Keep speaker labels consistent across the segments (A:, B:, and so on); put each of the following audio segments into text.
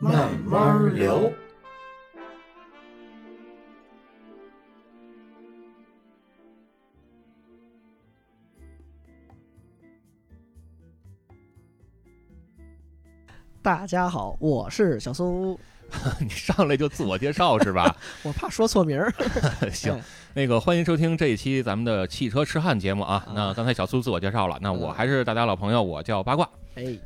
A: 慢慢聊。
B: 大家好，我是小苏，
A: 你上来就自我介绍是吧？
B: 我怕说错名儿。
A: 行
B: 哎，
A: 那个欢迎收听这一期咱们的汽车痴汉节目啊
B: 啊。
A: 那刚才小苏自我介绍了，那我
B: 嗯
A: 还是大家老朋友，我叫八卦。啊
B: 哎，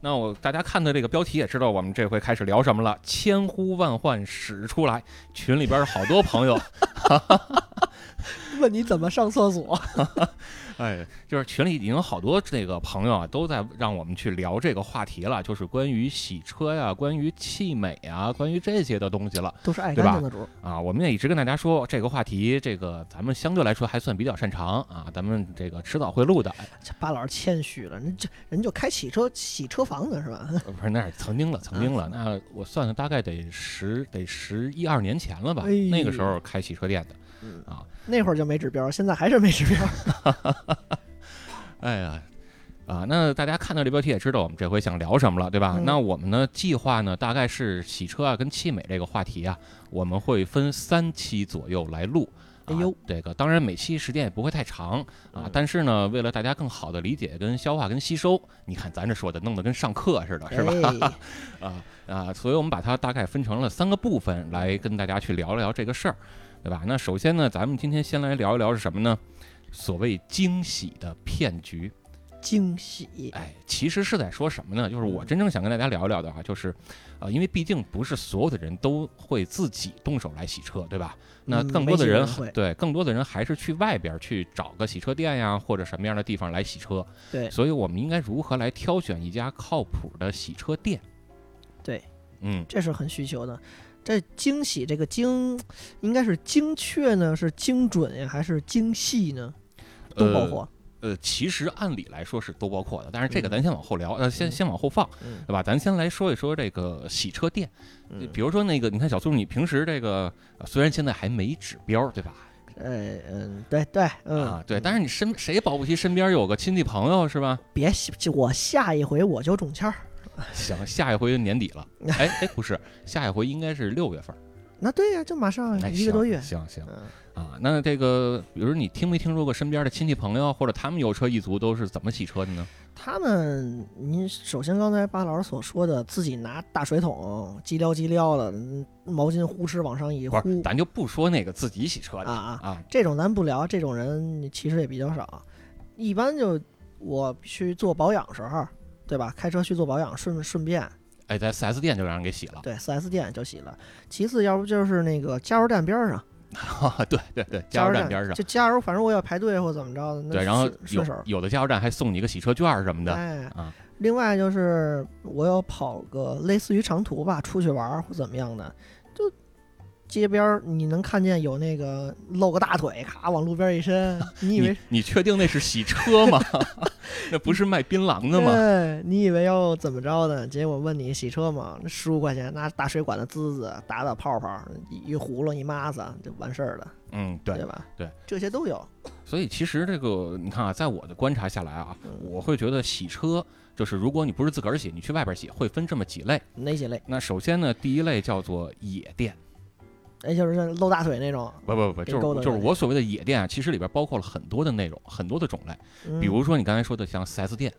A: 那我大家看的这个标题也知道我们这回开始聊什么了，千呼万唤始出来，群里边好多朋 友，
B: 问你怎么上厕所？
A: 哎，就是群里已经有好多这个朋友啊，都在让我们去聊这个话题了，就是关于洗车呀、关于汽美啊、关于这些的东西了
B: 都是爱
A: 对吧
B: 干净的主儿。
A: 啊。我们也一直跟大家说这个话题，这个咱们相对来说还算比较擅长啊，咱们这个迟早会录的。
B: 这巴老师谦虚了，人这人就开洗车洗车房呢是吧？
A: 呃不是，那是曾经了，曾经
B: 嗯
A: 了。那我算算，大概得十得十一二年前了吧
B: 哎，呦
A: 那个时候开洗车店的。
B: 嗯
A: 啊，
B: 那会儿就没指标，现在还是没指 标。
A: 哎呀，啊，那大家看到这标题也知道我们这回想聊什么了，对吧？
B: 嗯
A: 那我们呢计划呢，大概是洗车啊跟汽美这个话题啊，我们会分三期左右来录。啊
B: 哎呦，
A: 这个当然每期时间也不会太长啊
C: 嗯，
A: 但是呢，为了大家更好的理解、跟消化、跟吸收，你看咱这说的弄得跟上课似的，是吧？
B: 哎、
A: 啊啊，所以我们把它大概分成了三个部分来跟大家去聊聊这个事儿，对吧？那首先呢，咱们今天先来聊一聊是什么呢？所谓惊喜的骗局，
B: 惊喜，
A: 哎，其实是在说什么呢？就是
B: 嗯
A: 我真正想跟大家聊一聊的啊，就是，呃，因为毕竟不是所有的人都会自己动手来洗车，对吧？那
B: 嗯
A: 更多的
B: 没几个
A: 人
B: 人会
A: 对更多的人还是去外边去找个洗车店呀，或者什么样的地方来洗车。
B: 对
A: 所以我们应该如何来挑选一家靠谱的洗车店？
B: 对，
A: 嗯，
B: 这是很需求的。这惊喜这个惊，应该是精确呢，是精准呀，还是精细呢？都包
A: 呃
B: 括。
A: 呃，其实按理来说是都包括的，但是这个
B: 嗯
A: 咱先往后聊，呃，先
B: 嗯
A: 先往后放，
B: 嗯
A: 对吧？咱先来说一说这个洗车店，呃
B: 嗯，
A: 比如说那个，你看小苏，你平时这个呃虽然现在还没指标，对吧？
B: 哎嗯，对对，嗯，
A: 啊，对，但是你身谁保不齐身边有个亲戚朋友是吧？
B: 别洗，就我下一回我就中签儿。
A: 行，下一回就年底了，哎哎，不是，下一回应该是六月份儿，
B: 那对呀、就马上
A: 哎，
B: 嗯一个多月。
A: 行行行
B: 嗯，
A: 啊。那这个，比如你听没听说过身边的亲戚朋友或者他们有车一族都是怎么洗车的呢？
B: 他们，您首先刚才巴老师所说的，自己拿大水桶激撩激撩的，嗯毛巾呼哧往上一
A: 不是，
B: 呼
A: 咱就不说那个自己洗车
B: 啊
A: 的
B: 啊，
A: 啊，
B: 这种咱不聊，这种人其实也比较少。一般就我去做保养时候，对吧？开车去做保养，顺顺便
A: 哎，在 4S 店就让人给洗了。
B: 对 4S 店就洗了。其次，要不就是那个加油站边儿上，
A: 啊， 对对对，加油站边上。
B: 就加油，反正我要排队或怎么着的，那
A: 对，然后
B: 顺顺手
A: 有有的加油站还送你一个洗车券儿什么的。
B: 哎，
A: 啊
B: 另外就是我要跑个类似于长途吧，出去玩儿或怎么样的，就街边儿你能看见有那个露个大腿，咔往路边 一伸，你以为
A: 你你确定那是洗车吗？ 那不是卖槟榔的吗？
B: 对，你以为要怎么着呢？结果问你洗车吗？那十五块钱拿大水管子滋滋，打打泡泡，一一葫芦一抹子就完事儿了，
A: 嗯，
B: 对
A: 对。
B: 吧？
A: 对，
B: 这些都有。
A: 所以其实这个你看啊，在我的观察下来啊，
B: 嗯
A: 我会觉得洗车就是如果你不是自个儿洗，你去外边洗，会分这么几类。
B: 哪几类？
A: 那首先呢，第一类叫做野店，
B: 哎，就是像露大腿那种，
A: 不不不，就是
B: 勾搭
A: 就是
B: 的
A: 我所谓的野店啊，其实里边包括了很多的内容，很多的种类，
B: 嗯、
A: 比如说你刚才说的像 4S 店，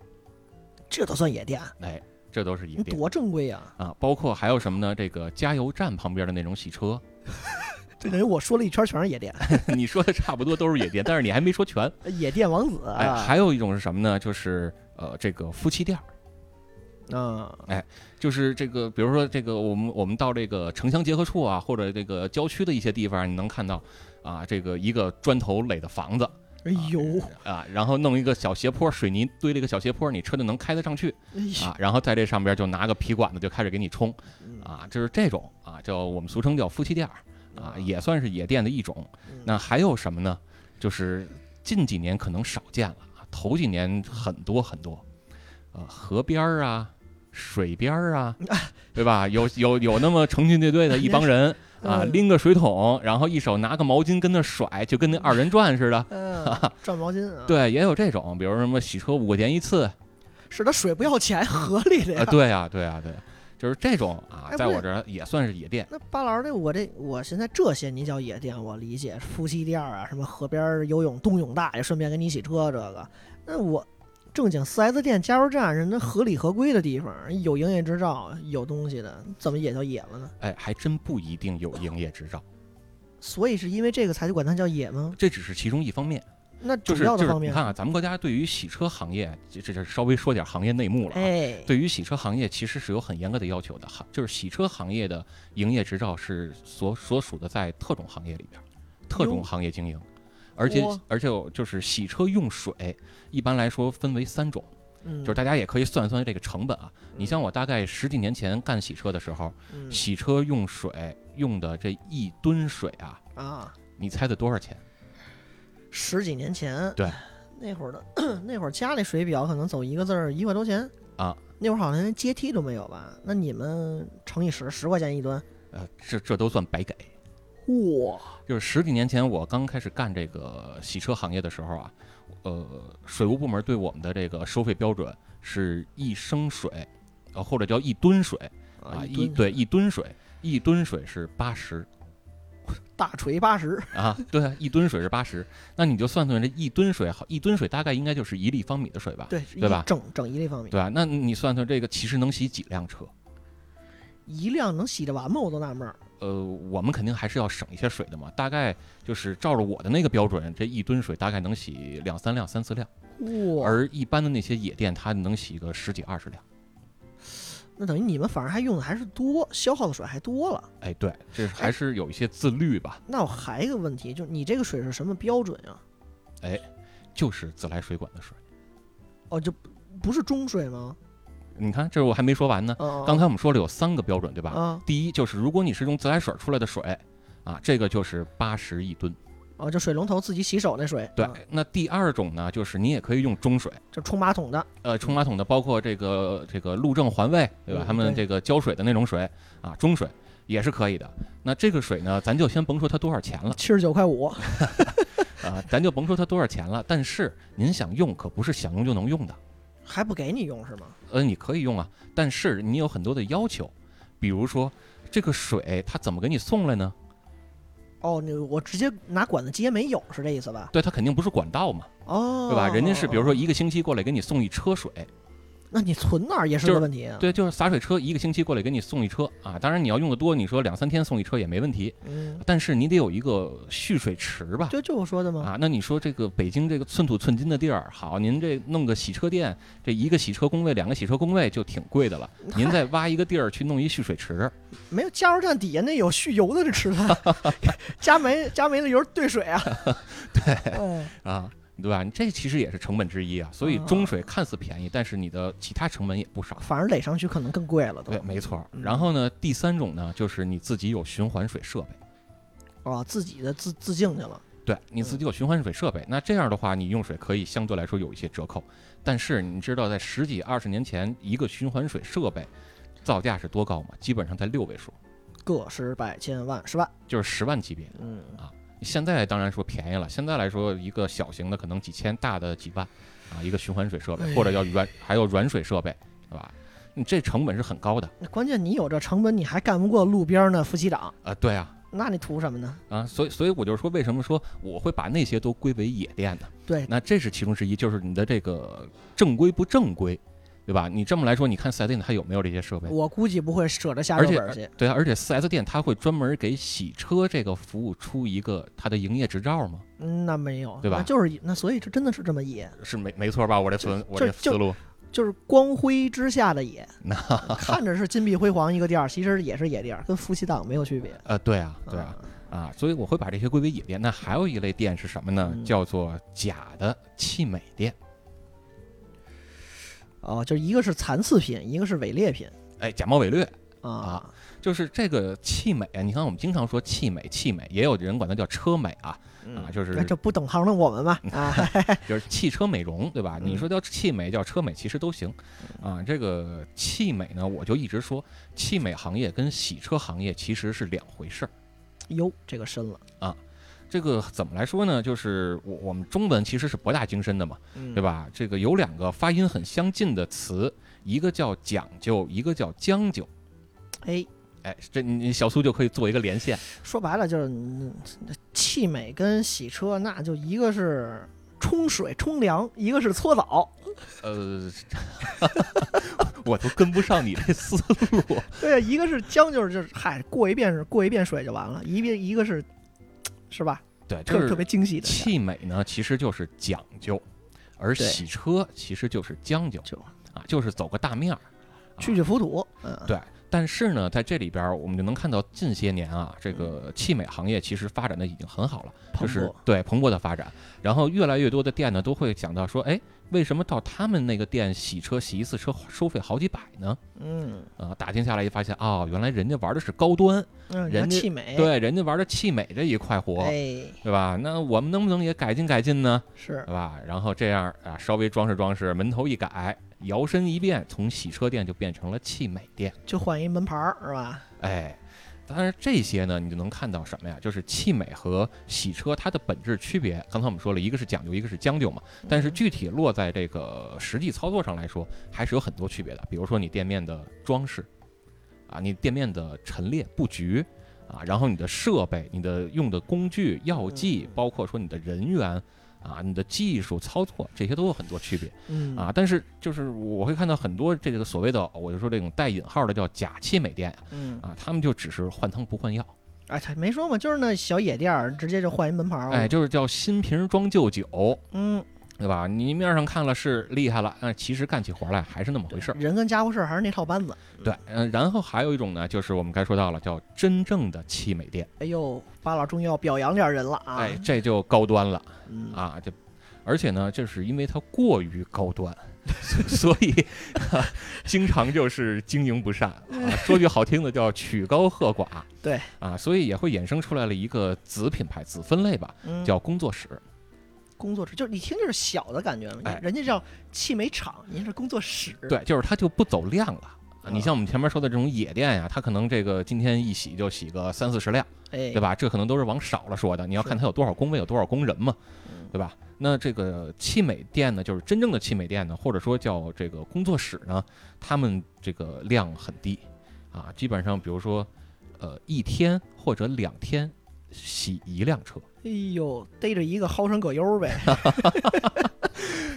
B: 这都算野店，
A: 哎，这都是野
B: 你
A: 店。
B: 多正规 啊！
A: 啊，包括还有什么呢？这个加油站旁边的那种洗车，
B: 这等于我说了一圈全是野店，
A: 你说的差不多都是野店，但是你还没说全。
B: 野店王子
A: 哎，
B: 啊，
A: 还有一种是什么呢？就是呃，这个夫妻店儿，
B: 嗯，
A: 啊就是这个，比如说这个，我们我们到这个城乡结合处啊，或者这个郊区的一些地方，你能看到啊，这个一个砖头垒的房子
B: 哎呦，
A: 啊，然后弄一个小斜坡，水泥堆了一个小斜坡，你车就能开得上去
B: 哎呦
A: 啊，然后在这上边就拿个皮管子就开始给你冲
B: 嗯
A: 啊，就是这种啊，叫我们俗称叫夫妻店儿啊，也算是野店的一种。
B: 嗯
A: 那还有什么呢？就是近几年可能少见了，啊，头几年很多很多，啊，河边儿啊，水边儿 啊，对吧？有有有那么成群结队的一帮人啊，
B: 嗯
A: 拎个水桶，然后一手拿个毛巾跟那甩，就跟那二人转似的。
B: 嗯，赚毛巾啊，，
A: 对，也有这种，比如什么洗车五块钱一次
B: 使得水不要钱，合理的呀。
A: 啊，对啊，对啊，对，就是这种啊
B: 哎，
A: 在
B: 不
A: 我
B: 是
A: 这儿也算是野店。
B: 那巴老师，这我这我现在这些你叫野店，我理解夫妻店儿啊，什么河边儿游泳、冬泳大爷，顺便给你洗车这个。那我正经四 S 店、加油站，人家合理合规的地方，有营业执照，有东西的，怎么也叫野了呢？
A: 哎，还真不一定有营业执照，
B: 所以是因为这个才去管它叫野吗？
A: 这只是其中一方面。
B: 那
A: 就
B: 主
A: 是
B: 要
A: 就
B: 的
A: 是
B: 方
A: 你
B: 面，
A: 看啊，咱们国家对于洗车行业，这这这稍微说点行业内幕了啊。
B: 哎，
A: 对于洗车行业其实是有很严格的要求的，哈，就是洗车行业的营业执照是所所属的在特种行业里边儿，特种
B: 哟
A: 行业经营，而且
B: 哇
A: 而且就是洗车用水，一般来说分为三种，
B: 嗯，
A: 就是大家也可以算一算这个成本啊。你像我大概十几年前干洗车的时候，
B: 嗯
A: 洗车用水用的这一吨水啊，
B: 啊，
A: 你猜猜多少钱？
B: 十几年前，
A: 对，
B: 那会儿的 那会儿家里水表可能走一个字儿一块多钱
A: 啊。
B: 那会儿好像连阶梯都没有吧？那你们乘以十，十块钱一吨，
A: 呃，这这都算白给。
B: 哇，
A: 就是十几年前我刚开始干这个洗车行业的时候啊，呃，水务部门对我们的这个收费标准是一升水，呃，或者叫一吨水啊，一
B: 吨
A: 对一吨水，一吨水是八十
B: 大锤八十，
A: 啊，对啊，一吨水是八十，那你就算算这一吨水好，一吨水大概应该就是一立方米的水吧？
B: 对
A: 对吧
B: 一整整一类方面，
A: 对啊，那你算算这个其实能洗几辆车？
B: 一辆能洗得完吗？我都纳闷儿。
A: 呃，我们肯定还是要省一些水的嘛。大概就是照着我的那个标准，这一吨水大概能洗两三辆、三四辆。
B: 哇，
A: 而一般的那些野店，它能洗个十几二十辆。
B: 那等于你们反而还用的还是多，消耗的水还多了。
A: 哎，对，这是还是有一些自律吧，
B: 那我还有一个问题，就是你这个水是什么标准啊呀、
A: 就是自来水管的水。
B: 哦，就不不是中水吗？
A: 你看，这我还没说完呢。
B: 哦，
A: 刚才我们说了有三个标准，对吧？
B: 啊，
A: 第一就是如果你是用自来水出来的水，啊，这个就是八十一吨。
B: 哦，就水龙头自己洗手那水，
A: 对
B: 啊，
A: 那第二种呢，就是你也可以用中水，
B: 就冲马桶的，
A: 呃，冲马桶的包括这个这个路政环卫，对吧
B: 嗯？
A: 他们
B: 对
A: 这个浇水的那种水啊，中水也是可以的。那这个水呢，咱就先甭说它多少钱了。
B: 七十九块五，
A: 啊，咱就甭说它多少钱了，但是您想用可不是想用就能用的，
B: 还不给你用是吗？
A: 呃，你可以用啊，但是你有很多的要求，比如说这个水它怎么给你送来呢？
B: 哦，你我直接拿管子接没有是这意思吧？
A: 对，它肯定不是管道嘛，
B: 哦，
A: 对吧？人家是比如说
B: 哦，嗯
A: 一个星期过来给你送一车水，
B: 那你存哪儿也是
A: 就
B: 个
A: 是
B: 问题啊。
A: 对，就是洒水车一个星期过来给你送一车啊。当然你要用的多，你说两三天送一车也没问题，
B: 嗯，
A: 但是你得有一个蓄水池吧？
B: 就就我说的嘛，
A: 啊，那你说这个北京这个寸土寸金的地儿，好，您这弄个洗车店，这一个洗车工位、两个洗车工位就挺贵的了。您再挖一个地儿去弄一蓄水池，
B: 没有加油站底下那有蓄油的 这池子，加煤加煤的油兑 水啊。对，嗯
A: 啊，对吧？这其实也是成本之一啊。所以中水看似便宜，但是你的其他成本也不少。
B: 反而垒上去可能更贵了 都。
A: 对，没错儿。
B: 嗯
A: 然后呢，第三种呢，就是你自己有循环水设备。
B: 哦，自己的自自净去了。
A: 对，你自己有循环水设备，那这样的话，你用水可以相对来说有一些折扣。但是你知道，在十几二十年前，一个循环水设备造价是多高吗？基本上在六位数，
B: 个十百千万是吧？
A: 就是十万级别。
B: 嗯，
A: 现在当然说便宜了，现在来说一个小型的可能几千，大的几万，啊，一个循环水设
B: 哎
A: 备，或者要软，还有软水设备，对吧？你这成本是很高的
B: 那关键你有这成本，你还干不过路边儿那夫妻档，
A: 啊，对啊，
B: 那你图什么呢？
A: 啊，所以所以我就说，为什么说我会把那些都归为野店呢？
B: 对
A: 那这是其中之一，就是你的这个正规不正规，对吧？你这么来说，你看四 S 店它有没有这些设备？
B: 我估计不会舍得下
A: 而
B: 这
A: 且
B: 本儿去。
A: 对啊，而且四 S 店它会专门给洗车这个服务出一个它的营业执照吗？
B: 嗯，那没有，
A: 对吧
B: 那就是那，所以这真的是这么野，
A: 是没没错吧？我这思我
B: 就
A: 这
B: 就
A: 思路，
B: 就是光辉之下的野
A: 那，
B: 看着是金碧辉煌一个地儿，其实也是野地儿，跟夫妻档没有区别。
A: 呃，对啊，对啊。
B: 嗯，
A: 啊，所以我会把这些归为野店。那还有一类店是什么呢？
B: 嗯
A: 叫做假的汽美店。
B: 哦，就是一个是残次品，一个是伪劣品。
A: 哎，假冒伪劣
B: 啊，
A: 就是这个汽美啊，你看我们经常说汽美，汽美也有人管它叫车美啊，啊，就是
B: 这嗯不懂行的我们 嘛啊，
A: 就是汽车美容，对吧？
B: 嗯
A: 你说叫汽美，叫车美，其实都行，啊，这个汽美呢，我就一直说，汽美行业跟洗车行业其实是两回事儿。
B: 哟，这个深了，
A: 这个怎么来说呢？就是我我们中文其实是博大精深的嘛，
B: 嗯
A: 对？吧？这个有两个发音很相近的词，一个叫讲究，一个叫将就。
B: 哎，
A: 哎，这你你小苏就可以做一个连线。
B: 说白了就是嗯汽美跟洗车，那就一个是冲水冲凉，一个是搓澡。
A: 呃， 我都跟不上你这思路。啊
B: 对，啊一个是将就是就是嗨，过一遍是过一遍水就完了，一遍一个是是吧？
A: 对，
B: 特
A: 这
B: 特别精细的
A: 汽美呢，其实就是讲究，而
B: 对
A: 洗车其实就是将就
B: 就
A: 啊，就是走个大面儿。
B: 去去浮土，嗯，
A: 对，但是呢，在这里边儿我们就能看到近些年啊，这
B: 嗯
A: 个汽美行业其实发展的已经很好了，就
B: 蓬
A: 是
B: 勃，嗯
A: 对蓬勃的发展。然后越来越多的店呢，都会想到说，哎，为什么到他们那个店洗车洗一次车收费好几百呢？
B: 嗯
A: 啊、打听下来一发现，哦，原来人家玩的是高端，
B: 嗯，
A: 人
B: 人
A: 家
B: 汽美，
A: 对，啊人家玩的汽美这一块活，
B: 哎，
A: 对吧？那我们能不能也改进改进呢？
B: 是
A: 对吧？然后这样啊，稍微装饰装饰，门头一改，摇身一变，从洗车店就变成了汽美店。
B: 就换一门牌儿是吧？
A: 哎，当然这些呢，你就能看到什么呀？就是汽美和洗车它的本质区别。刚才我们说了一个是讲究，一个是将就嘛。
B: 嗯
A: 但是具体落在这个实际操作上来说，还是有很多区别的。比如说你店面的装饰，啊，你店面的陈列布局。啊，然后你的设备、你的用的工具、药剂，包括说你的人员，啊，你的技术操作，这些都有很多区别。
B: 嗯
A: 啊，，但是就是我会看到很多这个所谓的，我就说这种带引号的叫假汽美店
B: 嗯，
A: 啊，他们就只是换汤不换药，
B: 哎，他没说嘛，就是那小野店儿直接就换一门牌儿，
A: 哎，，就是叫新瓶装旧酒，
B: 嗯，
A: 对吧？你面上看了是厉害了，但其实干起活来还是那么回事儿。
B: 人跟家伙事儿还是那套班子，
A: 对，嗯，然后还有一种呢，就是我们该说到了，叫真正的汽美店，
B: 哎呦，巴老终于要表扬点儿人了啊，
A: 哎，这就高端了
B: 嗯，
A: 啊，这。而且呢，就是因为它过于高端， 所以、啊、经常就是经营不善啊。说句好听的，叫曲高和寡。
B: 对
A: 啊，所以也会衍生出来了一个子品牌、子分类吧，
B: 嗯
A: 叫工作室。
B: 工作室，就是你听就是小的感觉嘛，
A: 哎
B: 人家叫汽煤厂，您是工作室，，
A: 对，就是它就不走量了。啊你
B: 啊
A: 像我们前面说的这种野店呀，它可能这个今天一洗就洗个三四十辆，
B: 哎，
A: 对？吧？这可能都是往少了说的，你要
B: 是嗯
A: 看它有多少工位，有多少工人嘛，对吧？那这个汽美店呢，就是真正的汽美店呢，或者说叫这个工作室呢，他们这个量很低啊，基本上比如说，呃，一天或者两天洗一辆车，
B: 哎呦，逮着一个薅山葛优呗，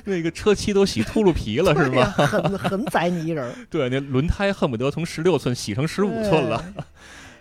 A: 那个车漆都洗秃噜皮了 是
B: 对呀
A: 吧？
B: 很很宰你一人儿，
A: 对，那轮胎恨不得从十六寸洗成 十五寸了。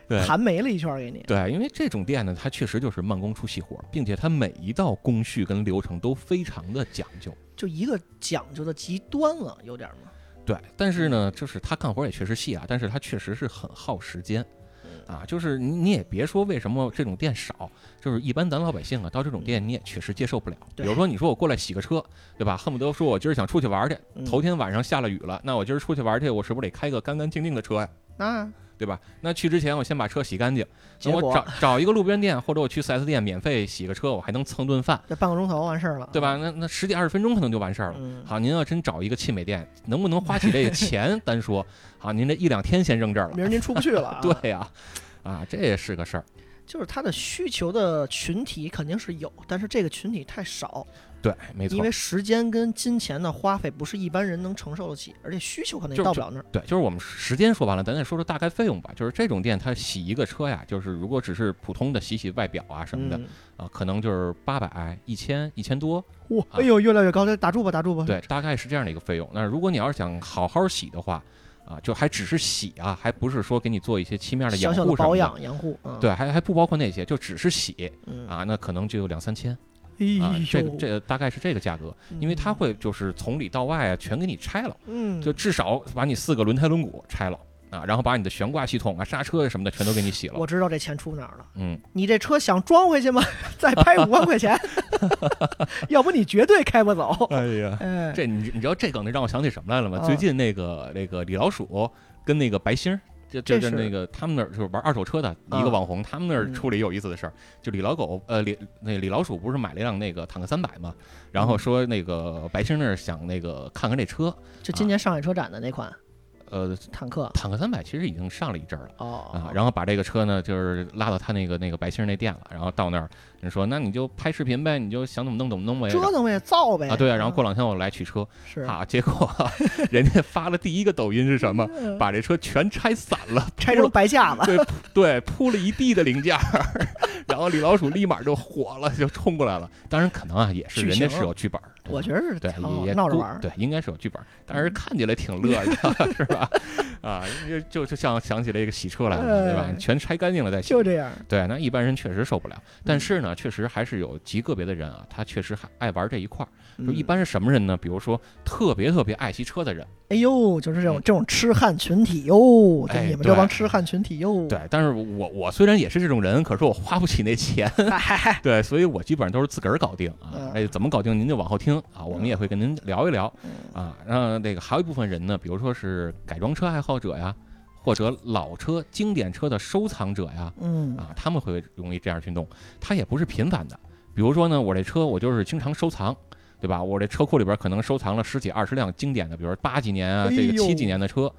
A: 对
B: 哎，弹没了一圈儿给你，
A: 对，因为这种店呢，它确实就是慢工出细活，并且它每一道工序跟流程都非常的讲究。
B: 就一个讲究的极端了，有点儿嘛，
A: 对，但是呢，就是他干活也确实细啊，但是他确实是很耗时间，
B: 嗯
A: 啊，就是你你也别说为什么这种店少，就是一般咱老百姓啊，到这种店你也确实接受不了。比
B: 对
A: 如说你说我过来洗个车，对吧？恨不得说我今儿想出去玩去，
B: 嗯
A: 头天晚上下了雨了，那我今儿出去玩去，我是不是得开个干干净净的车呀？
B: 那
A: 对吧？那去之前我先把车洗干净，
B: 结
A: 那我
B: 果
A: 找找一个路边店，或者我去 4S 店免费洗个车，我还能蹭顿饭，
B: 这半个钟头完事儿了，
A: 对？吧？那那十几二十分钟可能就完事儿了。
B: 嗯，
A: 好，您要真找一个汽美店，能不能花起这个钱？单说，好，您这一两天先扔这儿
B: 明
A: 了。，
B: 儿您出不去 了、啊
A: 对呀、啊，这也是个事儿。
B: 就是他的需求的群体肯定是有，但是这个群体太少，
A: 对，没
B: 因
A: 错
B: 为。时间跟金钱的花费不是一般人能承受得起，而且需求可能也
A: 就
B: 到不了那儿。
A: 对，就是我们时间说完了，咱再说说大概费用吧。就是这种店，它洗一个车呀，就是如果只是普通的洗洗外表啊什么的
B: 嗯
A: 啊，可能就是八百、一千、一千多，
B: 哇，哎呦，越来越高，这打住吧，打住吧。
A: 对，，大概是这样的一个费用。那如果你要是想好好洗的话，啊，就还只是洗啊，还不是说给你做一些漆面的
B: 小
A: 养
B: 小的
A: 护什
B: 保
A: 么的。
B: 养养护，嗯、
A: 对，还还不包括那些，就只是洗
B: 嗯，
A: 啊，那可能就有两三千
B: 哎呦，
A: 啊，这个这个大概是这个价格，因为它会就是从里到外啊全给你拆了，
B: 嗯，
A: 就至少把你四个轮胎轮毂拆了啊，然后把你的悬挂系统啊、刹车什么的全都给你洗了
B: 我，知道这钱出哪儿了。
A: 嗯，
B: 你这车想装回去吗？ 再拍五万 块钱，要不你绝对开不走。
A: 哎呀。
B: 哎，
A: 这你你知道这梗就让我想起什么来了吗？
B: 啊
A: 最近那个那个李老鼠跟那个白星儿就就
B: 这
A: 就是那个他们那儿就是玩二手车的一
B: 啊
A: 个网红，他们那儿
B: 嗯
A: 处理有意思的事儿，就李老狗呃李那李老鼠不是买了一辆那个坦克三百嘛，然
B: 嗯
A: 后说那个白星那儿想那个看看这车，
B: 就今年上海车展的那款
A: 呃
B: 坦克
A: 坦克三百其实已经上了一阵儿了。啊
B: 哦，，
A: 然后把这个车呢，就是拉到他那个那个白星那店了，然后到那儿，人说那你就拍视频呗，你就想怎么弄怎么弄呗，然
B: 折腾呗，造呗嗯
A: 啊对啊，然后过两天我来取车，
B: 是
A: 啊，结果 人家发了第一个抖音是什么？
B: 嗯
A: 把这车全拆散了，
B: 拆
A: 铺
B: 成
A: 了
B: 白架子，
A: 对对，铺了一地的零件儿， 然后李老鼠立马就火了，就冲过来了。当然可能啊，也是
B: 剧
A: 人家
B: 情
A: 是有剧本儿，对
B: 我
A: 吧
B: 觉得是
A: 对
B: 挺好
A: 也
B: 闹着
A: 估
B: 玩儿。嗯
A: 对，应该是有剧本儿，但是看起来挺乐儿 的，是吧？啊，就就就像想起了一个洗车来了嘛，对吧？
B: 哎
A: 你全拆干净了再洗，
B: 就这嗯样，
A: 对，那一般人确实受不了。但是呢，确实还是有极个别的人啊，他确实还爱玩这一块儿。就一
B: 嗯
A: 般是什么人呢？比如说特别特别爱惜车的人，
B: 哎呦，就是这种
A: 嗯
B: 这种痴汉群体哟，就
A: 哎
B: 你们这帮
A: 对
B: 痴汉群体哟，
A: 对。但是我我虽然也是这种人，可是我花不起那 钱，
B: 哎嗨，
A: 对，所以我基本上都是自个儿搞定啊
B: 嗯。
A: 哎，怎么搞定您就往后听啊，我们也会跟您聊一聊
B: 嗯
A: 啊。然后那个还有一部分人呢，比如说是改装车爱好者呀，或者老车经典车的收藏者呀，
B: 嗯
A: 啊，他们会容易这样去弄。它也不是频繁的，比如说呢，我这车我就是经常收藏，对吧？我这车库里边可能收藏了十几二十辆经典的，比如说八几年啊，这个
B: 哎呦
A: 七几年的车，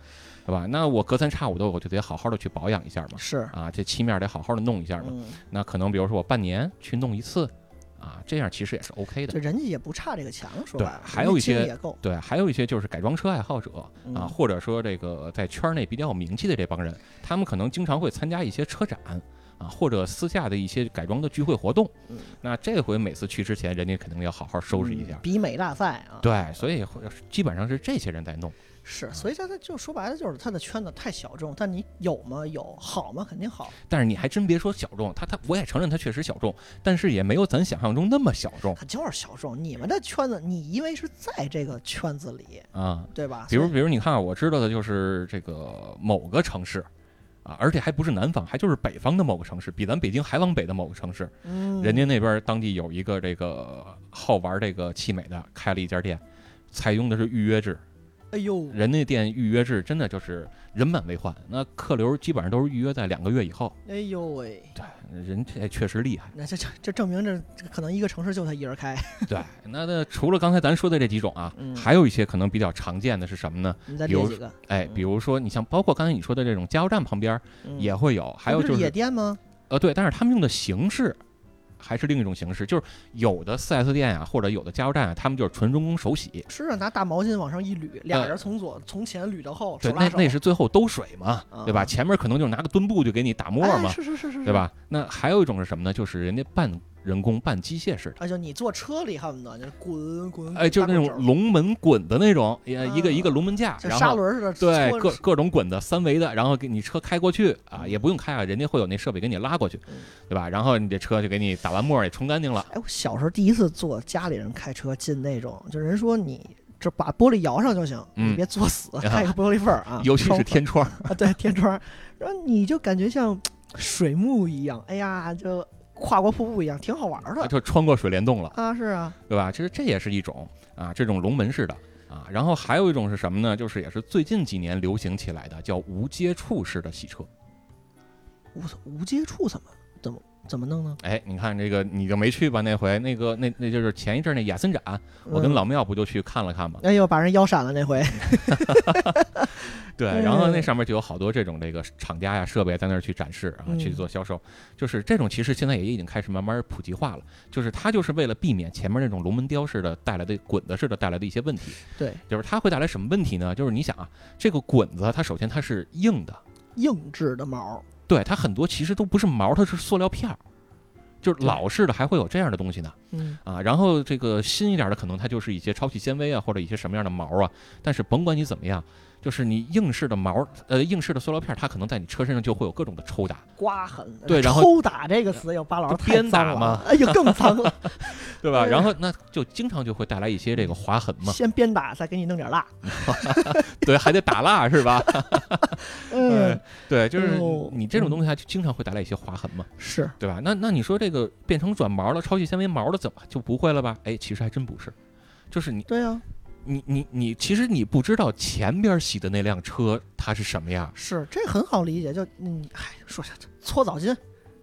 A: 对吧？那我隔三差五的我就得好好的去保养一下嘛，
B: 是，
A: 啊，这漆面得好好的弄一下嘛。
B: 嗯，
A: 那可能比如说我半年去弄一次，啊，这样其实也是 OK 的
B: 这。人家也不差这个墙，说
A: 对
B: 白了，
A: 还
B: 人
A: 有
B: 家
A: 一
B: 精
A: 些
B: 力也够，
A: 对，还有一些就是改装车爱好者啊，
B: 嗯
A: 或者说这个在圈内比较有名气的这帮人，他们可能经常会参加一些车展啊，或者私下的一些改装的聚会活动
B: 嗯。
A: 那这回每次去之前，人家肯定要好好收拾一下
B: 嗯。比美大赛啊，
A: 对，所以会基本上是这些人在弄。
B: 是，所以他他就说白了就是他的圈子太小众，但你有吗？有，好吗？肯定好，
A: 但是你还真别说小众，他他我也承认他确实小众，但是也没有咱想象中那么小众
B: 他就是小众。你们的圈子，你因为是在这个圈子里，
A: 啊。
B: 对吧？
A: 比如
B: 所以
A: 比如你看啊，我知道的就是这个某个城市。啊，而且还不是南方，还就是北方的某个城市，比咱北京还往北的某个城市，
B: 嗯，
A: 人家那边当地有一个这个好玩这个汽美的，开了一家店，采用的是预约制。
B: 哎呦，
A: 人那店预约制真的就是人满为患，那客流基本上都是预约在两个月以后。
B: 哎呦喂，
A: 对，人这确实厉害。
B: 那这这这证明这这可能一个城市就他一人开，
A: 对，那那除了刚才咱说的这几种啊
B: 嗯，
A: 还有一些可能比较常见的是什么呢？
B: 你再
A: 比如
B: 列几个，
A: 哎，比如说你像包括刚才你说的这种加油站旁边
B: 嗯
A: 也会有，还
B: 这
A: 有
B: 不
A: 就是是
B: 野店吗？
A: 呃，对，但是他们用的形式还是另一种形式，就是有的 4S 店啊，或者有的加油站啊，他们就是纯人工手洗，
B: 是啊，拿大毛巾往上一捋，俩
A: 呃
B: 人从左从前捋到后，
A: 对，
B: 手拉
A: 那
B: 手
A: 那是最后兜水嘛，对
B: 啊
A: 吧？前面可能就拿个墩布就给你打沫
B: 哎
A: 嘛，
B: 是是是是，
A: 对？吧？那还有一种是什么呢？就是人家半人工半机械式的。
B: 啊，就你坐车里恨不得就是滚滚，
A: 哎，就是那
B: 大
A: 种
B: 嗯滚轴
A: 龙门滚的那种，也一个一个
B: 啊
A: 龙门架，
B: 像
A: 然
B: 砂
A: 后
B: 轮似的，
A: 对，
B: 搓
A: 各各种滚的三维的，然后给你车开过去啊，
B: 嗯
A: 也不用开啊，人家会有那设备给你拉过去
B: 嗯，
A: 对吧？然后你这车就给你打完沫儿也冲干净了。
B: 哎，我小时候第一次坐家里人开车进那种，就人说你这把玻璃摇上就行，你
A: 嗯
B: 别作死，
A: 啊
B: 开个玻璃缝儿啊，
A: 尤其
B: 窗
A: 是
B: 户
A: 天窗，
B: 啊，对天窗，然后你就感觉像水幕一样，哎呀，就跨过瀑布一样，挺好玩儿的
A: 啊就穿过水帘洞了，
B: 啊，是啊，
A: 对吧？其实这也是一种啊，这种龙门式的啊。然后还有一种是什么呢？就是也是最近几年流行起来的，叫无接触式的洗车。
B: 无无接触怎么怎么怎么弄呢？
A: 哎，你看这个你就没去吧？那回那个那那就是前一阵儿那雅森展，我跟嗯
B: 嗯
A: 老庙不就去看了看嘛？
B: 哎呦，把人腰闪了那回，
A: 对，
B: 嗯
A: 然后那上面就有好多这种这个厂家呀、设备在那儿去展示啊，
B: 嗯
A: 去做销售。就是这种，其实现在也已经开始慢慢普及化了。就是它就是为了避免前面那种龙门雕式的带来的滚子式的带来的一些问题。
B: 对，
A: 就是它会带来什么问题呢？就是你想啊，这个滚子它首先它是硬的，
B: 硬质的毛儿，
A: 对，它很多其实都不是毛，它是塑料片儿。就是老式的还会有这样的东西呢
B: 嗯，
A: 啊，然后这个新一点的可能它就是一些超细纤维啊，或者一些什么样的毛啊。但是甭管你怎么样，就是你硬式的毛，呃，硬式的塑料片儿，它可能在你车身上就会有各种的抽打，
B: 刮痕，哎
A: 对然后
B: 抽打这个词，要巴老师
A: 就
B: 太
A: 鞭
B: 脏
A: 打
B: 了
A: 嘛嗯
B: 啊，哎呦更 脏了，
A: 对吧？
B: 对
A: 然后那就经常就会带来一些这个划痕嘛，
B: 先鞭打，再给你弄点辣，
A: 对，还得打蜡是吧？
B: 嗯，
A: 对，就是
B: 哦
A: 你这种东西它就经常会带来一些划痕嘛，
B: 是。
A: 对吧？那那你说这个变成软毛了、超细纤维毛了，怎么就不会了吧？哎，其实还真不是，就是你
B: 对呀、啊
A: 你你你，其实你不知道前边洗的那辆车它是什么样，
B: 是这很好理解，就嗯，哎，说啥搓澡巾，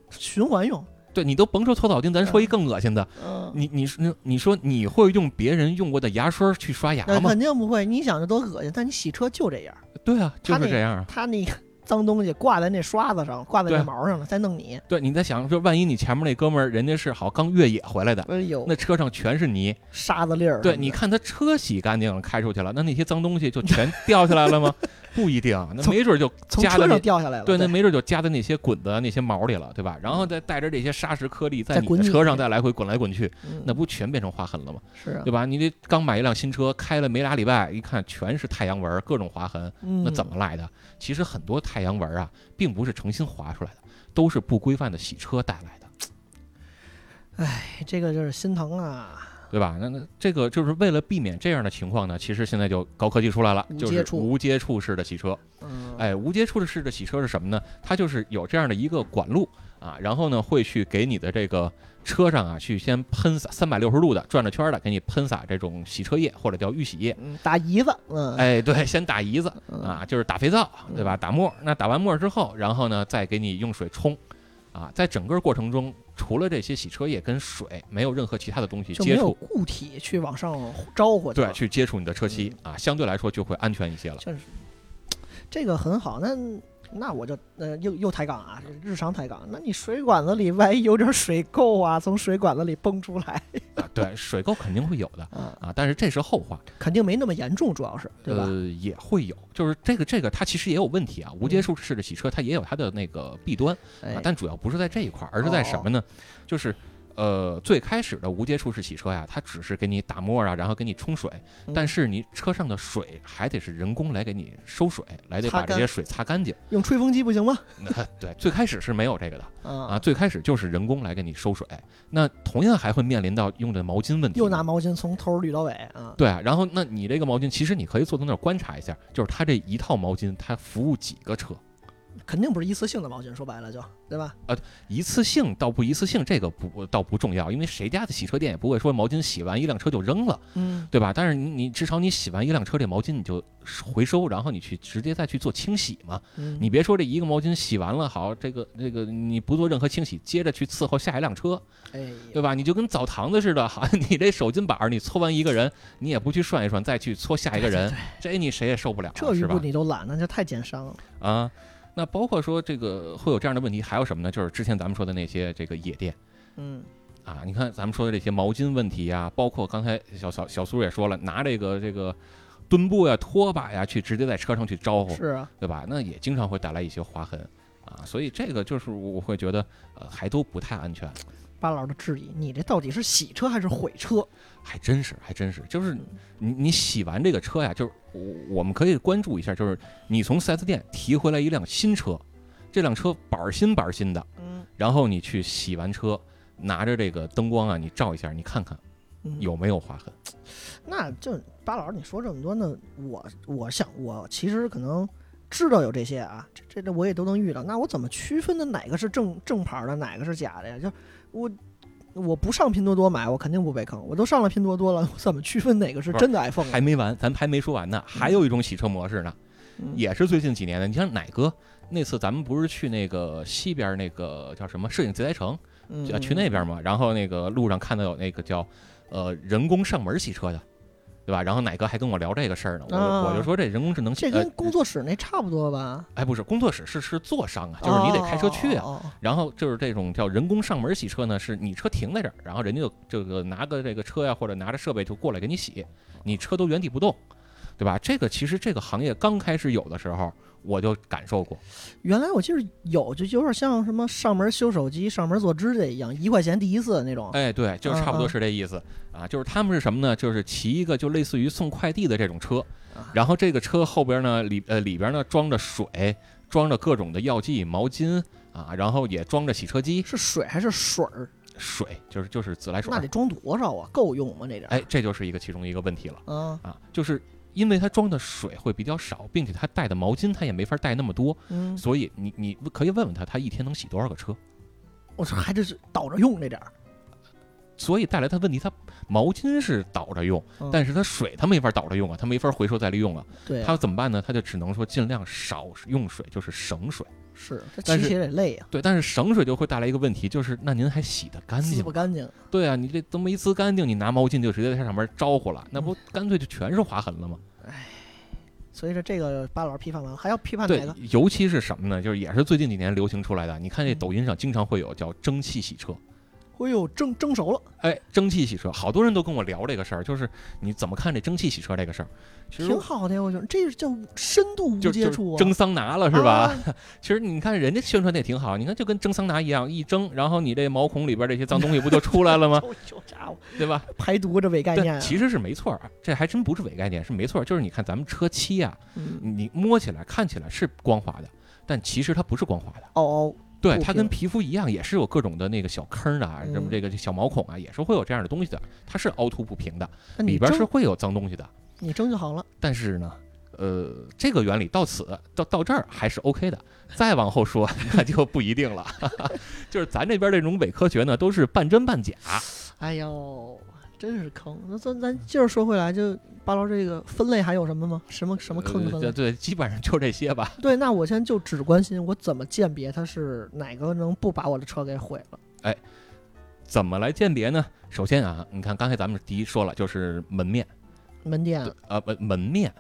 B: 循环用，
A: 对你都甭说搓澡巾，咱说一更恶心的，
B: 嗯，
A: 你你你你说你会用别人用过的牙刷去刷牙
B: 那
A: 吗？
B: 肯定不会，你想这多恶心，但你洗车就这样，
A: 对啊，就
B: 他
A: 是
B: 那
A: 这样啊。
B: 他那个脏东西挂在那刷子上，挂在
A: 对啊
B: 那毛上了，再弄你，
A: 对，你在想说，万一你前面那哥们儿人家是好刚越野回来的，
B: 哎呦，
A: 那车上全是泥，
B: 沙子粒儿什么的，
A: 对，你看他车洗干净了，开出去了，那那些脏东西就全掉下来了吗？不一定，那
B: 从
A: 没准就
B: 从
A: 夹在
B: 车
A: 那
B: 上，掉下来了，
A: 对，
B: 对，
A: 那没准就夹在那些滚的那些毛里了，对吧？然后再带着这些沙石颗粒在
B: 再
A: 你
B: 滚
A: 的
B: 你
A: 车上再来回滚来滚去，
B: 嗯
A: 那不全变成划痕了吗？
B: 是啊
A: 对，吧？你这刚买一辆新车，开了没俩礼拜，一看全是太阳纹儿，各种划痕，那
B: 那
A: 怎么来的？其实很多太阳纹儿啊，并不是诚心划出来的，都是不规范的洗车带来的。
B: 哎这个就是心疼啊，
A: 对吧？那那这个就是为了避免这样的情况呢，其实现在就高科技出来了
B: 无，
A: 就
B: 接
A: 是
B: 触
A: 无接触式的洗车。
B: 嗯，
A: 哎，无接触式的洗车是什么呢？它就是有这样的一个管路啊，然后呢会去给你的这个车上啊去先喷洒三百六十度的转着圈儿的给你喷洒这种洗车液或者叫预洗液。
B: 嗯，打胰子，嗯，
A: 哎，对，先打胰子
B: 嗯
A: 啊，就是打肥皂，对吧？打沫儿，那打完沫儿之后，然后呢再给你用水冲。啊，在整个过程中，除了这些洗车液跟水，没有任何其他的东西
B: 就没
A: 接
B: 有
A: 触。
B: 固体去往上招呼去了，
A: 对，去接触你的车漆
B: 嗯
A: 啊，相对来说就会安全一些了。
B: 就是这个很好。那那我就呃又又抬杠啊，日常抬杠。那你水管子里万一有点水垢啊，从水管子里蹦 出来
A: 啊，对，水垢肯定会有的
B: 啊，
A: 啊，但是这是后话，
B: 肯定没那么严重，主要是对吧？
A: 呃，也会有，就是这个这个它其实也有问题啊。无接触式的洗车它也有它的那个弊端啊
B: 嗯哎，，哦
A: 但主要不是在这一块儿，而是在什么呢？就是。呃，最开始的无接触式洗车呀，它只是给你打沫啊，然后给你冲水，
B: 嗯
A: 但是你车上的水还得是人工来给你收水，来得
B: 擦
A: 把这
B: 干
A: 些水擦干 净。
B: 用吹风机不行吗？
A: 对，最开始是没有这个的，啊，
B: 啊，
A: 最开始就是人工来给你收水，那同样还会面临到用的毛巾问题。
B: 又拿毛巾从头捋到尾啊，
A: 对啊，然后那你这个毛巾，其实你可以坐在那儿观察一下，就是它这一套毛巾，它服务几个车？
B: 肯定不是一次性的毛巾，说白了就对吧？
A: 一次性到不一次性，这个不倒不重要，因为谁家的洗车店也不会说毛巾洗完一辆车就扔了，
B: 嗯，
A: 对吧？但是你你至少你洗完一辆车这毛巾你就回收，然后你去直接再去做清洗嘛。
B: 嗯
A: 你别说这一个毛巾洗完了好，这个这个你不做任何清洗，接着去伺候下一辆车，
B: 哎
A: 对吧？你就跟澡堂子似的，好， 你这手巾板儿，你搓完一个人，你也不去涮一涮，再去搓下一个人，这你谁也受不了啊，
B: 这一
A: 是
B: 步
A: 吧？
B: 你都懒，那就太奸商了。
A: 啊，那包括说这个会有这样的问题，还有什么呢？就是之前咱们说的那些这个夜店
B: 嗯，
A: 啊，你看咱们说的这些毛巾问题呀、包括刚才小小小苏也说了，拿这个这个墩布呀、拖把呀去直接在车上去招呼，
B: 是啊，
A: 对吧？那也经常会带来一些划痕。啊，所以这个就是我会觉得，呃，还都不太安全。
B: 巴老的质疑，你这到底是洗车还是毁车？
A: 还真是，还真是，就是
B: 嗯
A: 你你洗完这个车呀，就是我我们可以关注一下，就是你从 4S 店提回来一辆新车，这辆车板儿新板儿新的，
B: 嗯
A: 然后你去洗完车，拿着这个灯光啊，你照一下，你看看
B: 嗯
A: 有没有划痕。
B: 那就巴老师，你说这么多呢，我我想我其实可能知道有这些啊，这这这我也都能遇到。那我怎么区分的哪个是正正牌的，哪个是假的呀？就我我不上拼多多买，我肯定不被坑。我都上了拼多多了，我怎么区分哪个是真的 iPhone？
A: 还没完，咱们还没说完呢，还有一种洗车模式呢，
B: 嗯
A: 也是最近几年的。你像奶哥那次，咱们不是去那个西边那个叫什么摄影集材城，
B: 嗯
A: 就啊去那边嘛，然后那个路上看到有那个叫呃人工上门洗车的，对吧？然后奶哥还跟我聊这个事儿呢，我就
B: 啊
A: 我就说这人工智能
B: 这
A: 呃
B: 跟工作室那差不多吧？
A: 哎不是工作室是是座商啊，就是你得开车去啊。
B: 哦。哦哦
A: 然后就是这种叫人工上门洗车呢，是你车停在这儿，然后人家就这个拿个这个车呀，或者拿着设备就过来给你洗，你车都原地不动，对吧？这个其实这个行业刚开始有的时候我就感受过，
B: 原来我记得有，就有点像什么上门修手机、上门做指甲一样，一块钱第一次那种。
A: 哎，对，就差不
B: 嗯
A: 多
B: 嗯
A: 是这意思啊。就是他们是什么呢？就是骑一个就类似于送快递的这种车
B: 啊，
A: 然后这个车后边呢里呃里边呢装着水，装着各种的药剂、毛巾啊，然后也装着洗车机、
B: 是水还是水儿？
A: 水，就是就是自来水
B: 那。得装多少啊？够用吗？这点儿？
A: 哎，这就是一个其中一个问题了
B: 啊，
A: 啊，就是因为它装的水会比较少，并且它带的毛巾它也没法带那么多，
B: 嗯，
A: 所以你你可以问问他，他一天能洗多少个车？
B: 我说还得是倒着用这点儿，
A: 所以带来它问题，它毛巾是倒着用，
B: 嗯
A: 但是它水它没法倒着用啊，它没法回收再利用啊，
B: 对，
A: 它怎么办呢？它就只能说尽量少用水，就是省水。
B: 是这
A: 但
B: 骑
A: 是
B: 起来也累啊呀，
A: 对，但是省水就会带来一个问题，就是那您还洗得干
B: 滋
A: 净
B: 不
A: 吗？
B: 干净。
A: 对啊，你这都没滋干净，你拿毛巾就直接在上面招呼了，
B: 嗯
A: 那不干脆就全是划痕了吗？
B: 所以说这个巴老师批判完了，还要批判哪
A: 对
B: 个？，
A: 尤其是什么呢？就是也是最近几年流行出来的。你看这
B: 嗯
A: 抖音上经常会有叫蒸汽洗车，
B: 哎呦，蒸蒸熟了，
A: 哎，蒸汽洗车，好多人都跟我聊这个事儿，就是你怎么看这蒸汽洗车这个事儿？其实
B: 挺好的呀，我觉得这是叫深度无
A: 就
B: 接
A: 就
B: 触啊，
A: 蒸桑拿了是吧？
B: 啊？
A: 其实你看人家宣传的也挺好，你看就跟蒸桑拿一样，一蒸，然后你这毛孔里边这些脏东西不就出来了 吗？
B: 就就哎家伙
A: 对吧？
B: 排毒这伪概念
A: 对，
B: 啊，
A: 其实是没错儿，这还真不是伪概念，是没错儿。就是你看咱们车漆啊，
B: 嗯
A: 你摸起来看起来是光滑的，但其实它不是光滑的。
B: 哦哦，
A: 对，
B: 不
A: 它跟
B: 平
A: 皮肤一样，也是有各种的那个小坑儿啊，什么
B: 嗯
A: 这个小毛孔啊，也是会有这样的东西的。它是凹凸不平的，
B: 那
A: 里
B: 你
A: 边
B: 蒸
A: 是会有脏东西的。
B: 你蒸就好了，
A: 但是呢，呃，这个原理到此到到这儿还是 OK 的，再往后说 那就不一定了。 就是咱这边这种伪科学呢，都是半真半假。
B: 哎呦，真是坑。那咱咱接着说回来，就巴老这个分类还有什么吗？什么什么坑
A: 呃
B: 坑？
A: 对对，基本上就这些吧。
B: 对，那我现在就只关心我怎么鉴别它是哪个能不把我的车给毁了。
A: 怎么来鉴别呢？首先啊，你看刚才咱们第一说了，就是门面，
B: 门店啊，
A: 呃，门门面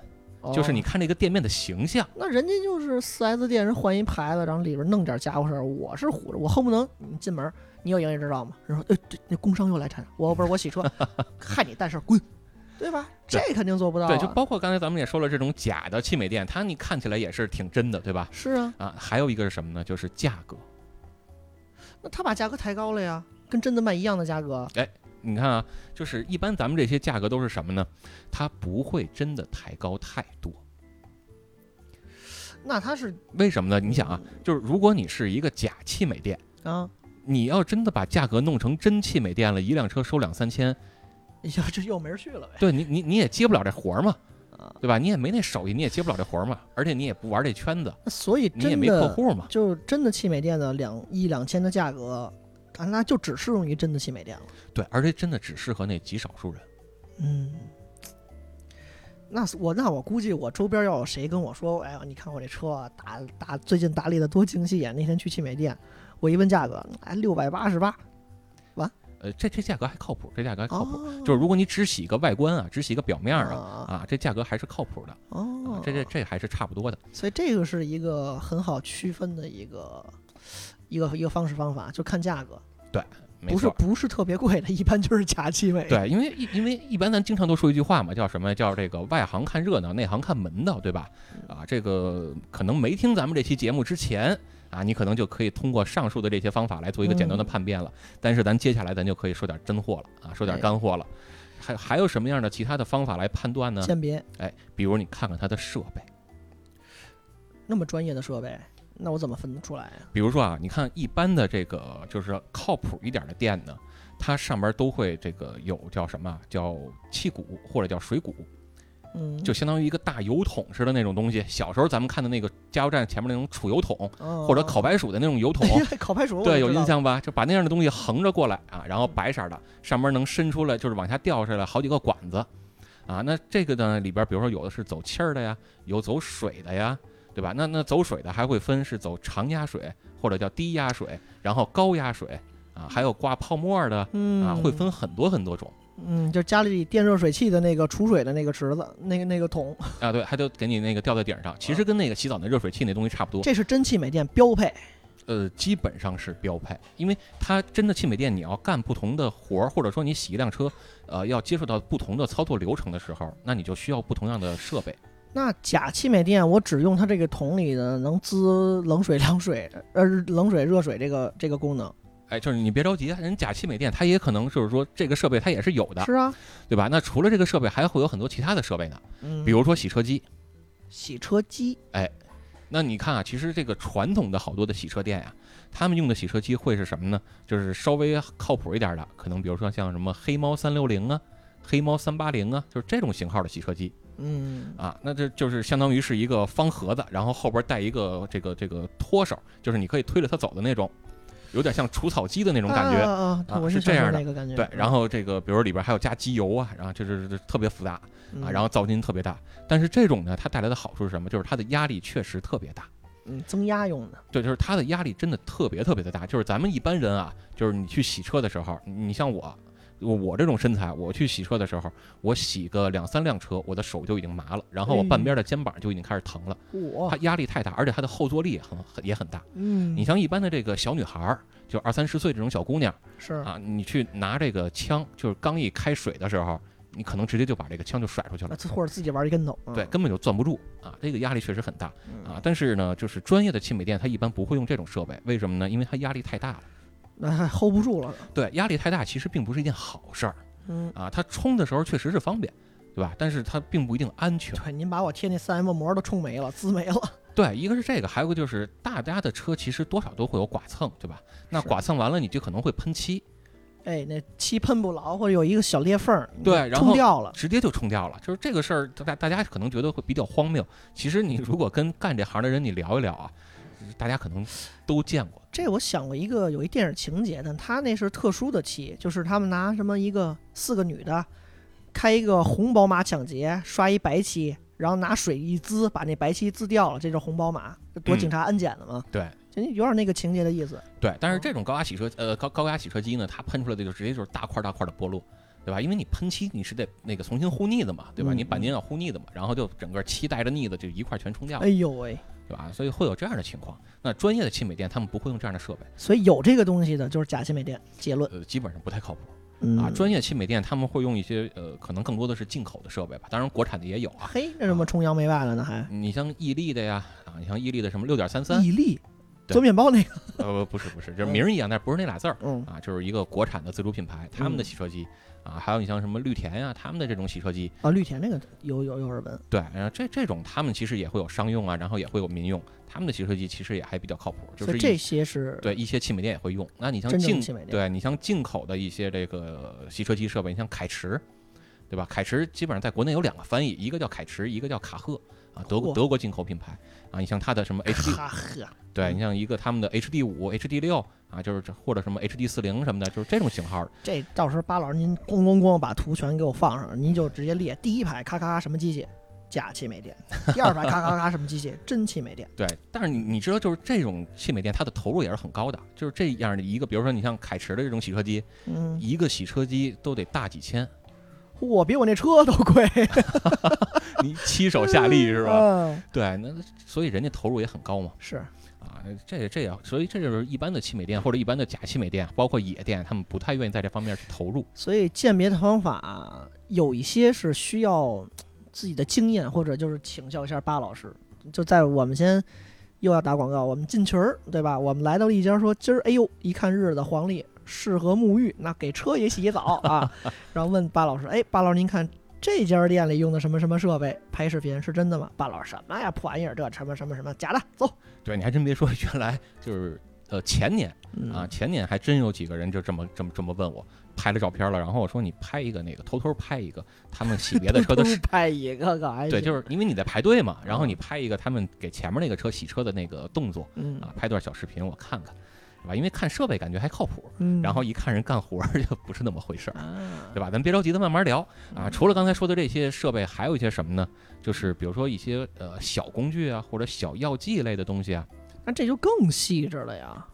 A: 就是
B: 哦
A: 你看这个店面的形象。
B: 那人家就是四 S 店，人换一牌子，然后里边弄点家伙事儿。我是虎着，我恨不能你进门，你有营业执照吗？然后，哎，这那工商又来查，我不是我洗车，害你带事儿滚，对吧？这
A: 对
B: 肯定做不到、啊。
A: 对，就包括刚才咱们也说了，这种假的汽美店，它你看起来也是挺真的，对吧？
B: 是啊，
A: 啊，还有一个是什么呢？就是价格。
B: 那他把价格抬高了呀，跟真的卖一样的价格。
A: 你看啊，就是一般咱们这些价格都是什么呢？它不会真的抬高太多。
B: 那他是
A: 为什么呢？你想啊，就是如果你是一个假汽美店，
B: 啊，
A: 你要真的把价格弄成真汽美店了，一辆车收两三千，
B: 呀，这又没人去了呗。
A: 对你你你也接不了这活儿嘛，
B: 啊，
A: 对吧？你也没那手艺，你也接不了这活儿嘛，而且你也不玩这圈子，
B: 那所以
A: 你也
B: 真
A: 没客
B: 的
A: 户嘛。
B: 就真的汽美店的两一两千的价格，啊，那就只适用于真的汽美店了。
A: 对，而且真的只适合那极少数人。
B: 嗯，那是我那我估计我周边要有谁跟我说，哎呀，你看我这车啊打打最近打理的多精细呀、啊那天去汽美店，我一问价格，哎，六百八十八，
A: 呃，这这价格还靠谱，这价格还靠谱。
B: 哦，
A: 就是如果你只洗一个外观啊，只洗一个表面啊，
B: 啊，
A: 啊，这价格还是靠谱的，
B: 哦
A: 啊，这这这还是差不多的。
B: 所以这个是一个很好区分的一个一个一个方式方法，就看价格，
A: 没
B: 不是
A: 错，
B: 不是特别贵的，一般就是假汽美。，
A: 对，因为一因为一般咱经常都说一句话嘛，叫什么？叫这个外行看热闹，内行看门道，对吧？
B: 嗯
A: 啊，这个可能没听咱们这期节目之前啊，你可能就可以通过上述的这些方法来做一个简单的
B: 嗯
A: 判别了。但是咱接下来咱就可以说点真货了啊，说点
B: 哎
A: 干货了。还还有什么样的其他的方法来判断呢？
B: 鉴别
A: 哎，比如你看看它的设备，
B: 那么专业的设备，那我怎么分得出来啊？
A: 比如说啊，你看一般的这个就是靠谱一点的店呢，它上边都会这个有叫什么啊叫气鼓或者叫水鼓，
B: 嗯，
A: 就相当于一个大油桶似的那种东西。小时候咱们看的那个加油站前面那种储油桶
B: 或
A: 或者 烤白薯的那种油桶，
B: 哦烤排除，
A: 对，有印。象吧？就把那样的东西横着过来啊，然后白色的，上面能伸出来，就是往下掉下来好几个管子，啊，那这个呢里边，比如说有的是走气儿的呀，有走水的呀，对吧？那那走水的还会分是走常压水或者叫低压水，然后高压水啊，还有挂泡沫儿的
B: 嗯，
A: 啊，会分很多很多种
B: 嗯，就家里电热水器的那个储水的那个池子，那个那个桶，
A: 啊，对，还得给你那个吊在顶上，其实跟那个洗澡那热水器那东西差不多，
B: 这是真汽美店标配。
A: 呃，基本上是标配，因为它真的汽美店，你要干不同的活儿，或者说你洗一辆车，呃，要接触到不同的操作流程的时候，那你就需要不同样的设备。
B: 那假汽美店，我只用它这个桶里的能滋冷水、凉水，呃，冷水、热水这个这个功能。
A: 哎，就是你别着急，人假汽美店它也可能就是说这个设备它也是有的，
B: 是啊，
A: 对吧？那除了这个设备，还会有很多其他的设备呢，
B: 嗯，
A: 比如说洗车机。
B: 洗车机，
A: 那你看啊，其实这个传统的好多的洗车店呀、啊他们用的洗车机会是什么呢？就是稍微靠谱一点的，可能比如说像什么黑猫三六零啊、黑猫三八零啊，就是这种型号的洗车机。
B: 嗯，
A: 啊，那这就是相当于是一个方盒子，然后后边带一个这个这个托手，就是你可以推着它走的那种。有点像除草机的那种感觉。
B: 啊啊啊
A: 啊
B: 我
A: 是这
B: 想说
A: 样的
B: 那个感觉。嗯
A: 对，然后这个比如里边还有加机油啊，然后这是这特别复杂
B: 嗯
A: 啊，然后噪音特别大。但是这种呢，它带来的好处是什么？就是它的压力确实特别大。
B: 嗯增压用的，
A: 对，就是它的压力真的特别特别的大。就是咱们一般人啊，就是你去洗车的时候，你像我，我我这种身材，我去洗车的时候，我洗个两三辆车，我的手就已经麻了，然后我
B: 嗯
A: 半边的肩膀就已经开始疼了。
B: 我
A: 它压力太大，而且它的后坐力也很很也很大。
B: 哦嗯
A: 你像一般的这个小女孩儿，就二三十岁这种小姑娘
B: 是
A: 啊，你去拿这个枪，就是刚一开水的时候，你可能直接就把这个枪就甩出去了。
B: 或者自己玩一跟头，嗯
A: 对，根本就攥不住啊，这个压力确实很大
B: 嗯
A: 啊。但是呢，就是专业的汽美店，它一般不会用这种设备，为什么呢？因为它压力太大了。
B: 那还 hold 不住了，
A: 对，压力太大其实并不是一件好事儿
B: 嗯。
A: 啊。它冲的时候确实是方便，对吧？但是它并不一定安全。
B: 对，您把我贴那三 M 膜都冲没了，滋没了。
A: 对，一个是这个，还有一个就是大家的车其实多少都会有剐蹭，对吧？那
B: 是
A: 剐蹭完了，你就可能会喷漆，
B: 哎，那漆喷不牢，或者有一个小裂缝儿，
A: 对
B: 你
A: 然
B: 冲
A: 后
B: 掉了。
A: 直接就冲掉了。就是这个事儿，大大家可能觉得会比较荒谬。其实你如果跟干这行的人你聊一聊啊，大家可能都见过。
B: 这我想过一个有一电影情节，但他那是特殊的漆，就是他们拿什么一个四个女的开一个红宝马抢劫，刷一白漆，然后拿水一滋，把那白漆滋掉了，这是红宝马，躲警察安检的嘛？
A: 嗯对，
B: 就有点那个情节的意思。
A: 对，但是这种高压洗车呃高高压洗车机呢，它喷出来的就直接就是大块大块的剥落，对吧？因为你喷漆你是得那个重新糊腻子嘛，对吧？
B: 嗯
A: 你钣金要糊腻子嘛，然后就整个漆带着腻子就一块全冲掉了
B: 哎，呦喂，
A: 对吧？所以会有这样的情况。那专业的汽美店他们不会用这样的设备，
B: 所以有这个东西的就是假汽美店。结论
A: 呃，基本上不太靠谱啊。
B: 嗯
A: 专业汽美店他们会用一些呃，可能更多的是进口的设备吧，当然国产的也有啊。
B: 嘿，那怎么崇洋媚外了呢？还
A: 你像伊利的呀，啊，你像伊利的什么六点三三，
B: 伊利
A: 对
B: 做面包那个，
A: 呃，不是不是，就是名儿一样，但是不是那俩字儿。
B: 嗯
A: 啊，就是一个国产的自主品牌，他们的洗车机、啊，还有你像什么绿田呀、他们的这种洗车机，
B: 啊，绿田那个有有有耳闻，
A: 对，然后这这种他们其实也会有商用啊，然后也会有民用，他们的洗车机其实也还比较靠谱，就
B: 所
A: 是
B: 以
A: 一
B: 这些是
A: 对一些汽美店也会用。那你像
B: 真正的
A: 进
B: 汽美店
A: 对你像进口的一些这个洗车机设备，你像凯驰，对吧？凯驰基本上在国内有两个翻译，一个叫凯驰，一个叫卡赫啊，德国
B: 嚯
A: 德国进口品牌啊。你像它的什么 HD，
B: 哈呵，
A: 对你像一个他们的 HD 五、HD 六啊，就是这或者什么 HD 四零什么的，就是这种型号的。
B: 这到时候巴老师您咣咣咣把图全给我放上，您就直接列第一排咔咔咔什么机器，假汽 美店；第二排咔咔咔什么机器，真汽美店。
A: 对，但是你你知道，就是这种汽美店，它的投入也是很高的。就是这样的一个，比如说你像凯驰的这种洗车机，
B: 嗯，
A: 一个洗车机都得大几千，
B: 嚯，比我那车都贵，
A: 你七 手下力是吧？
B: 嗯，
A: 对，那所以人家投入也很高嘛。
B: 是，
A: 啊，这这也，所以这就是一般的汽美店或者一般的假汽美店，包括野店，他们不太愿意在这方面去投入。
B: 所以鉴别的方法有一些是需要自己的经验，或者就是请教一下巴老师。就在我们先又要打广告，我们进群儿，对吧？我们来到了一家说今儿哎呦，一看日子黄历适合沐浴，那给车也洗澡啊。 然后问巴老师，哎，巴老师您看。这家店里用的什么什么设备拍视频是真的吗？巴老师什么呀破玩意儿，这什么什么什么假的，走。
A: 对，你还真别说， 原来就是呃前年
B: 嗯
A: 啊，，前年还真有几个人就这么这么这么问我，拍了照片了，然后我说你拍一个那个，偷偷拍一个他们洗别的车的视
B: 偷偷拍一个个，哎
A: 对，
B: 呀
A: 就是因为你在排队嘛，然后
B: 嗯
A: 你拍一个他们给前面那个车洗车的那个动作
B: 嗯
A: 啊，拍段小视频我看看，对吧？因为看设备感觉还靠谱，
B: 嗯，
A: 然后一看人干活儿 就不是那么回事儿，
B: 啊，
A: 对吧？咱别着急，咱慢慢聊啊。
B: 嗯
A: 除了刚才说的这些设备，还有一些什么呢？就是比如说一些呃小工具啊，或者小药剂类的东西啊。
B: 那这就更细致了呀。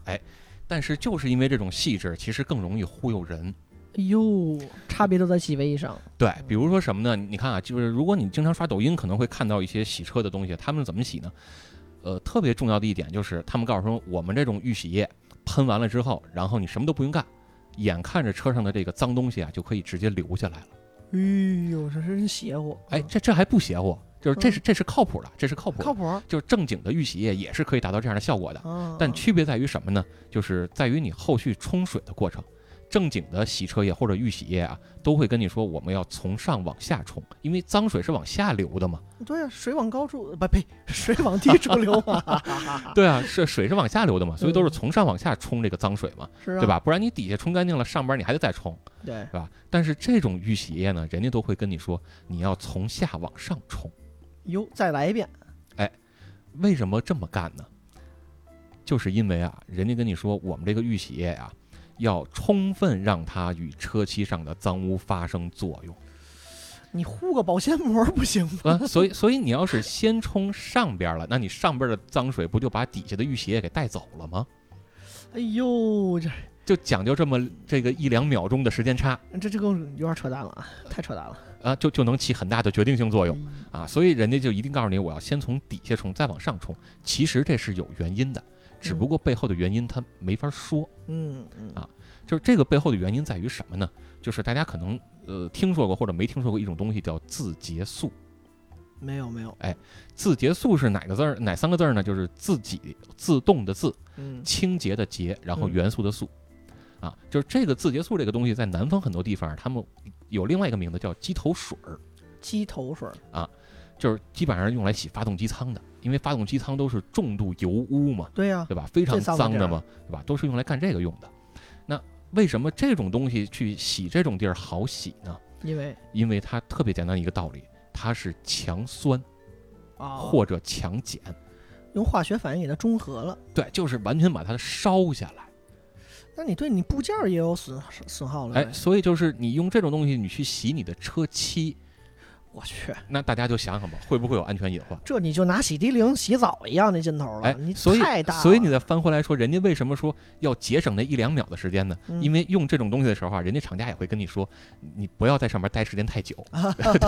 A: 但是就是因为这种细致，其实更容易忽悠人。
B: 哎呦，差别都在细微上。
A: 对，比如说什么呢？你看啊，就是如果你经常刷抖音，可能会看到一些洗车的东西，他们是怎么洗呢？呃，特别重要的一点就是，他们告诉说，我们这种预洗液喷完了之后，然后你什么都不用干，眼看着车上的这个脏东西啊，就可以直接流下来了。
B: 哎呦，这真邪乎！嗯
A: 哎，这这还不邪乎，就是这是这是靠谱的，这是靠谱的，
B: 靠谱啊！
A: 就是正经的预洗液也是可以达到这样的效果的。但
B: 啊
A: 区别在于什么呢？就是在于你后续冲水的过程。正经的洗车液或者预洗液啊，都会跟你说我们要从上往下冲，因为脏水是往下流的嘛。
B: 对呀、水往高处不呸，水往低处流嘛，
A: 对啊，是水是往下流的嘛，所以都是从上往下冲这个脏水嘛，
B: 嗯是啊，
A: 对？吧？不然你底下冲干净了，上边你还得再冲，
B: 对，
A: 对吧？但是这种预洗液呢，人家都会跟你说你要从下往上冲。
B: 哟，再来一遍，
A: 为什么这么干呢？就是因为啊，人家跟你说我们这个预洗液啊，要充分让它与车漆上的脏污发生作用。
B: 你糊个保鲜膜不行吗？
A: 啊，所以所以你要是先冲上边儿了，那你上边儿的脏水不就把底下的浴液给带走了吗？
B: 哎呦，这
A: 就讲究这么这个一两秒钟的时间差
B: 这这更有点扯淡了啊，太扯淡了。
A: 啊，就就能起很大的决定性作用
B: 嗯
A: 啊。所以人家就一定告诉你，我要先从底下冲，再往上冲。其实这是有原因的，只不过背后的原因他没法说。
B: 嗯嗯
A: 啊就是这个背后的原因在于什么呢？就是大家可能呃听说过或者没听说过一种东西叫自洁素。
B: 没有没有，
A: 自洁素是哪个字儿？哪三个字儿呢？就是自己自动的自，
B: 嗯
A: 清洁的洁，然后
B: 嗯
A: 元素的素，啊，就是这个自洁素这个东西，在南方很多地方，他们有另外一个名字叫鸡头水儿，
B: 鸡头水儿，
A: 就是基本上用来洗发动机舱的，因为发动机舱都是重度油污嘛，
B: 对啊呀、
A: 对吧？非常
B: 最脏的
A: 脏
B: 地
A: 的
B: 儿
A: 嘛，对吧？都是用来干这个用的。那为什么这种东西去洗这种地儿好洗呢？
B: 因为
A: 因为它特别简单一个道理，它是强酸
B: 啊，
A: 或者强碱，
B: 用化学反应给它中和了。
A: 对，就是完全把它烧下来。
B: 那你对你部件儿也有损损耗了呗？
A: 哎，所以就是你用这种东西，你去洗你的车漆，
B: 我去，
A: 那大家就想想吧，会不会有安全隐患？
B: 这你就拿洗涤灵洗澡一样的劲头了，
A: 哎
B: 你，
A: 所以
B: 太大了。
A: 所以你再翻回来说，人家为什么说要节省那一两秒的时间呢？
B: 嗯
A: 因为用这种东西的时候啊，人家厂家也会跟你说，你不要在上面待时间太 久，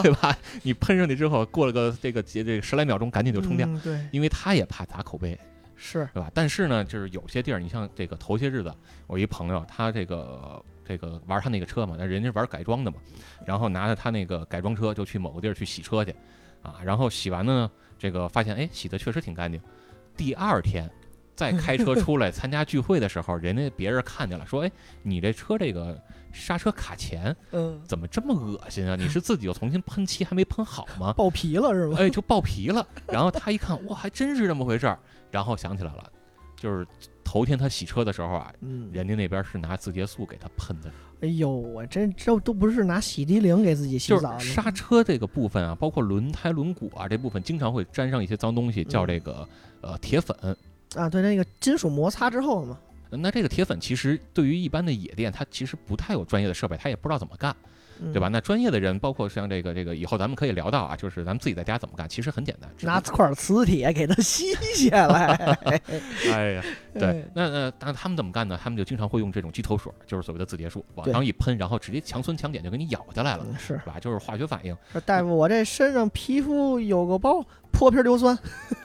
A: 对吧？你喷上去之后，过了个这个节这个十来秒钟，赶紧就冲掉，
B: 嗯、对，
A: 因为他也怕砸口碑，
B: 是
A: 对吧？但是呢，就是有些地儿，你像这个头些日子，我一朋友，他这个这个玩他那个车嘛，那人家玩改装的嘛，然后拿着他那个改装车就去某个地儿去洗车去，啊，然后洗完了呢，这个发现哎洗的确实挺干净，第二天。再开车出来参加聚会的时候，人家别人看见了，说：“哎，你这车这个刹车卡钳
B: 嗯，
A: 怎么这么恶心啊？你是自己又重新喷漆还没喷好吗？”
B: 爆皮了是吗？
A: 哎，就爆皮了。然后他一看，哇，还真是这么回事儿。然后想起来了，就是头天他洗车的时候啊，
B: 嗯，
A: 人家那边是拿自洁素给他喷的，
B: 哎呦，我这这都不是拿洗涤灵给自己洗
A: 就
B: 澡的，
A: 是刹车这个部分啊，包括轮胎、轮毂啊这部分，经常会沾上一些脏东西，叫
B: 嗯
A: 这个呃铁粉。
B: 啊，对，那个金属摩擦之后嘛，
A: 那这个铁粉其实对于一般的野店，它其实不太有专业的设备，它也不知道怎么干，
B: 嗯、
A: 对吧？？那专业的人，包括像这个这个，以后咱们可以聊到啊，就是咱们自己在家怎么干，其实很简单。只不
B: 拿块磁铁给它吸下来，
A: 哎呀， 对
B: 哎，
A: 那呃那但他们怎么干呢？他们就经常会用这种鸡头水，就是所谓的自洁术，往
B: 对
A: 上一喷，然后直接强酸强碱就给你咬下来了，
B: 嗯是
A: 是吧？就是化学反应。
B: 说大夫，我这身上皮肤有个包，破皮硫酸，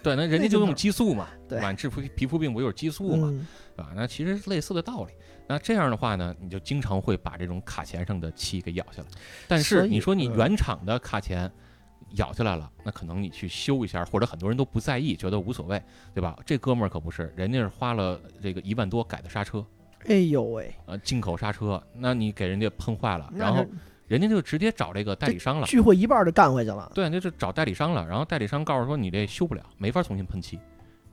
A: 对，那人家
B: 那
A: 就
B: 就
A: 用
B: 好
A: 激素嘛，
B: 对
A: 吧？治皮皮肤病不就是激素嘛，
B: 嗯，
A: 对吧？那其实是类似的道理。那这样的话呢，你就经常会把这种卡钳上的漆给咬下来。但
B: 所
A: 是
B: 以
A: 你说你
B: 嗯
A: 原厂的卡钳咬下来了，那可能你去修一下，或者很多人都不在意，觉得无所谓，对吧？这哥们儿可不是，人家是花了这个一万多改的刹车。
B: 哎呦喂，
A: 呃进口刹车，那你给人家喷坏了，
B: 那
A: 然后
B: 是
A: 人家就直接找这个代理商了。
B: 聚会一半儿就干回去了，
A: 对，那就找代理商了，然后代理商告诉说你这修不了，没法重新喷漆，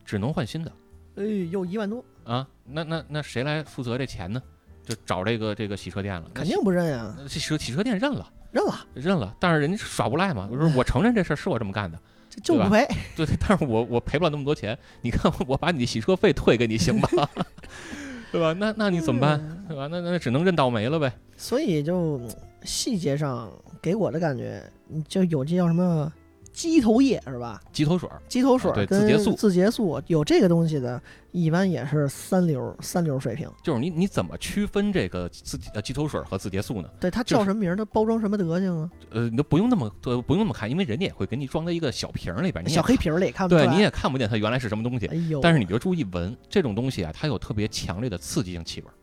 A: 只能换新的
B: 哎，又一万多，
A: 啊。那那那谁来负责这钱呢？就找这个这个洗车店了。那
B: 肯定不认呀，
A: 那洗车洗车店认了，
B: 认了，
A: 认了，但是人家耍无赖嘛，
B: 嗯
A: 我说我承认这事儿是我这么干的，
B: 这就
A: 对吧
B: 不赔，
A: 对，但是我我赔不了那么多钱，你看我把你洗车费退给你行吧？ 对吧？那那你怎么办？
B: 嗯
A: 对吧？那那只能认倒霉了呗。
B: 所以就嗯细节上给我的感觉，嗯就有这叫什么鸡头液是吧？
A: 鸡头水儿，
B: 鸡头水
A: 啊对
B: 儿
A: 自
B: 跟
A: 洁素
B: 自洁素有这个东西的，一般也是三流三流水平。
A: 就是你你怎么区分这个自己呃鸡头水和自洁素呢？
B: 对，它
A: 就
B: 叫
A: 是
B: 什么名儿？它包装什么德行啊？
A: 呃，你都不用那么呃不用那么看，因为人家也会给你装在一个小瓶儿里边，你也
B: 小黑瓶儿里看不出
A: 对
B: 来。
A: 你也看不见它原来是什么东西。
B: 哎呦，
A: 但是你就注意闻这种东西啊，它有特别强烈的刺激性气味儿。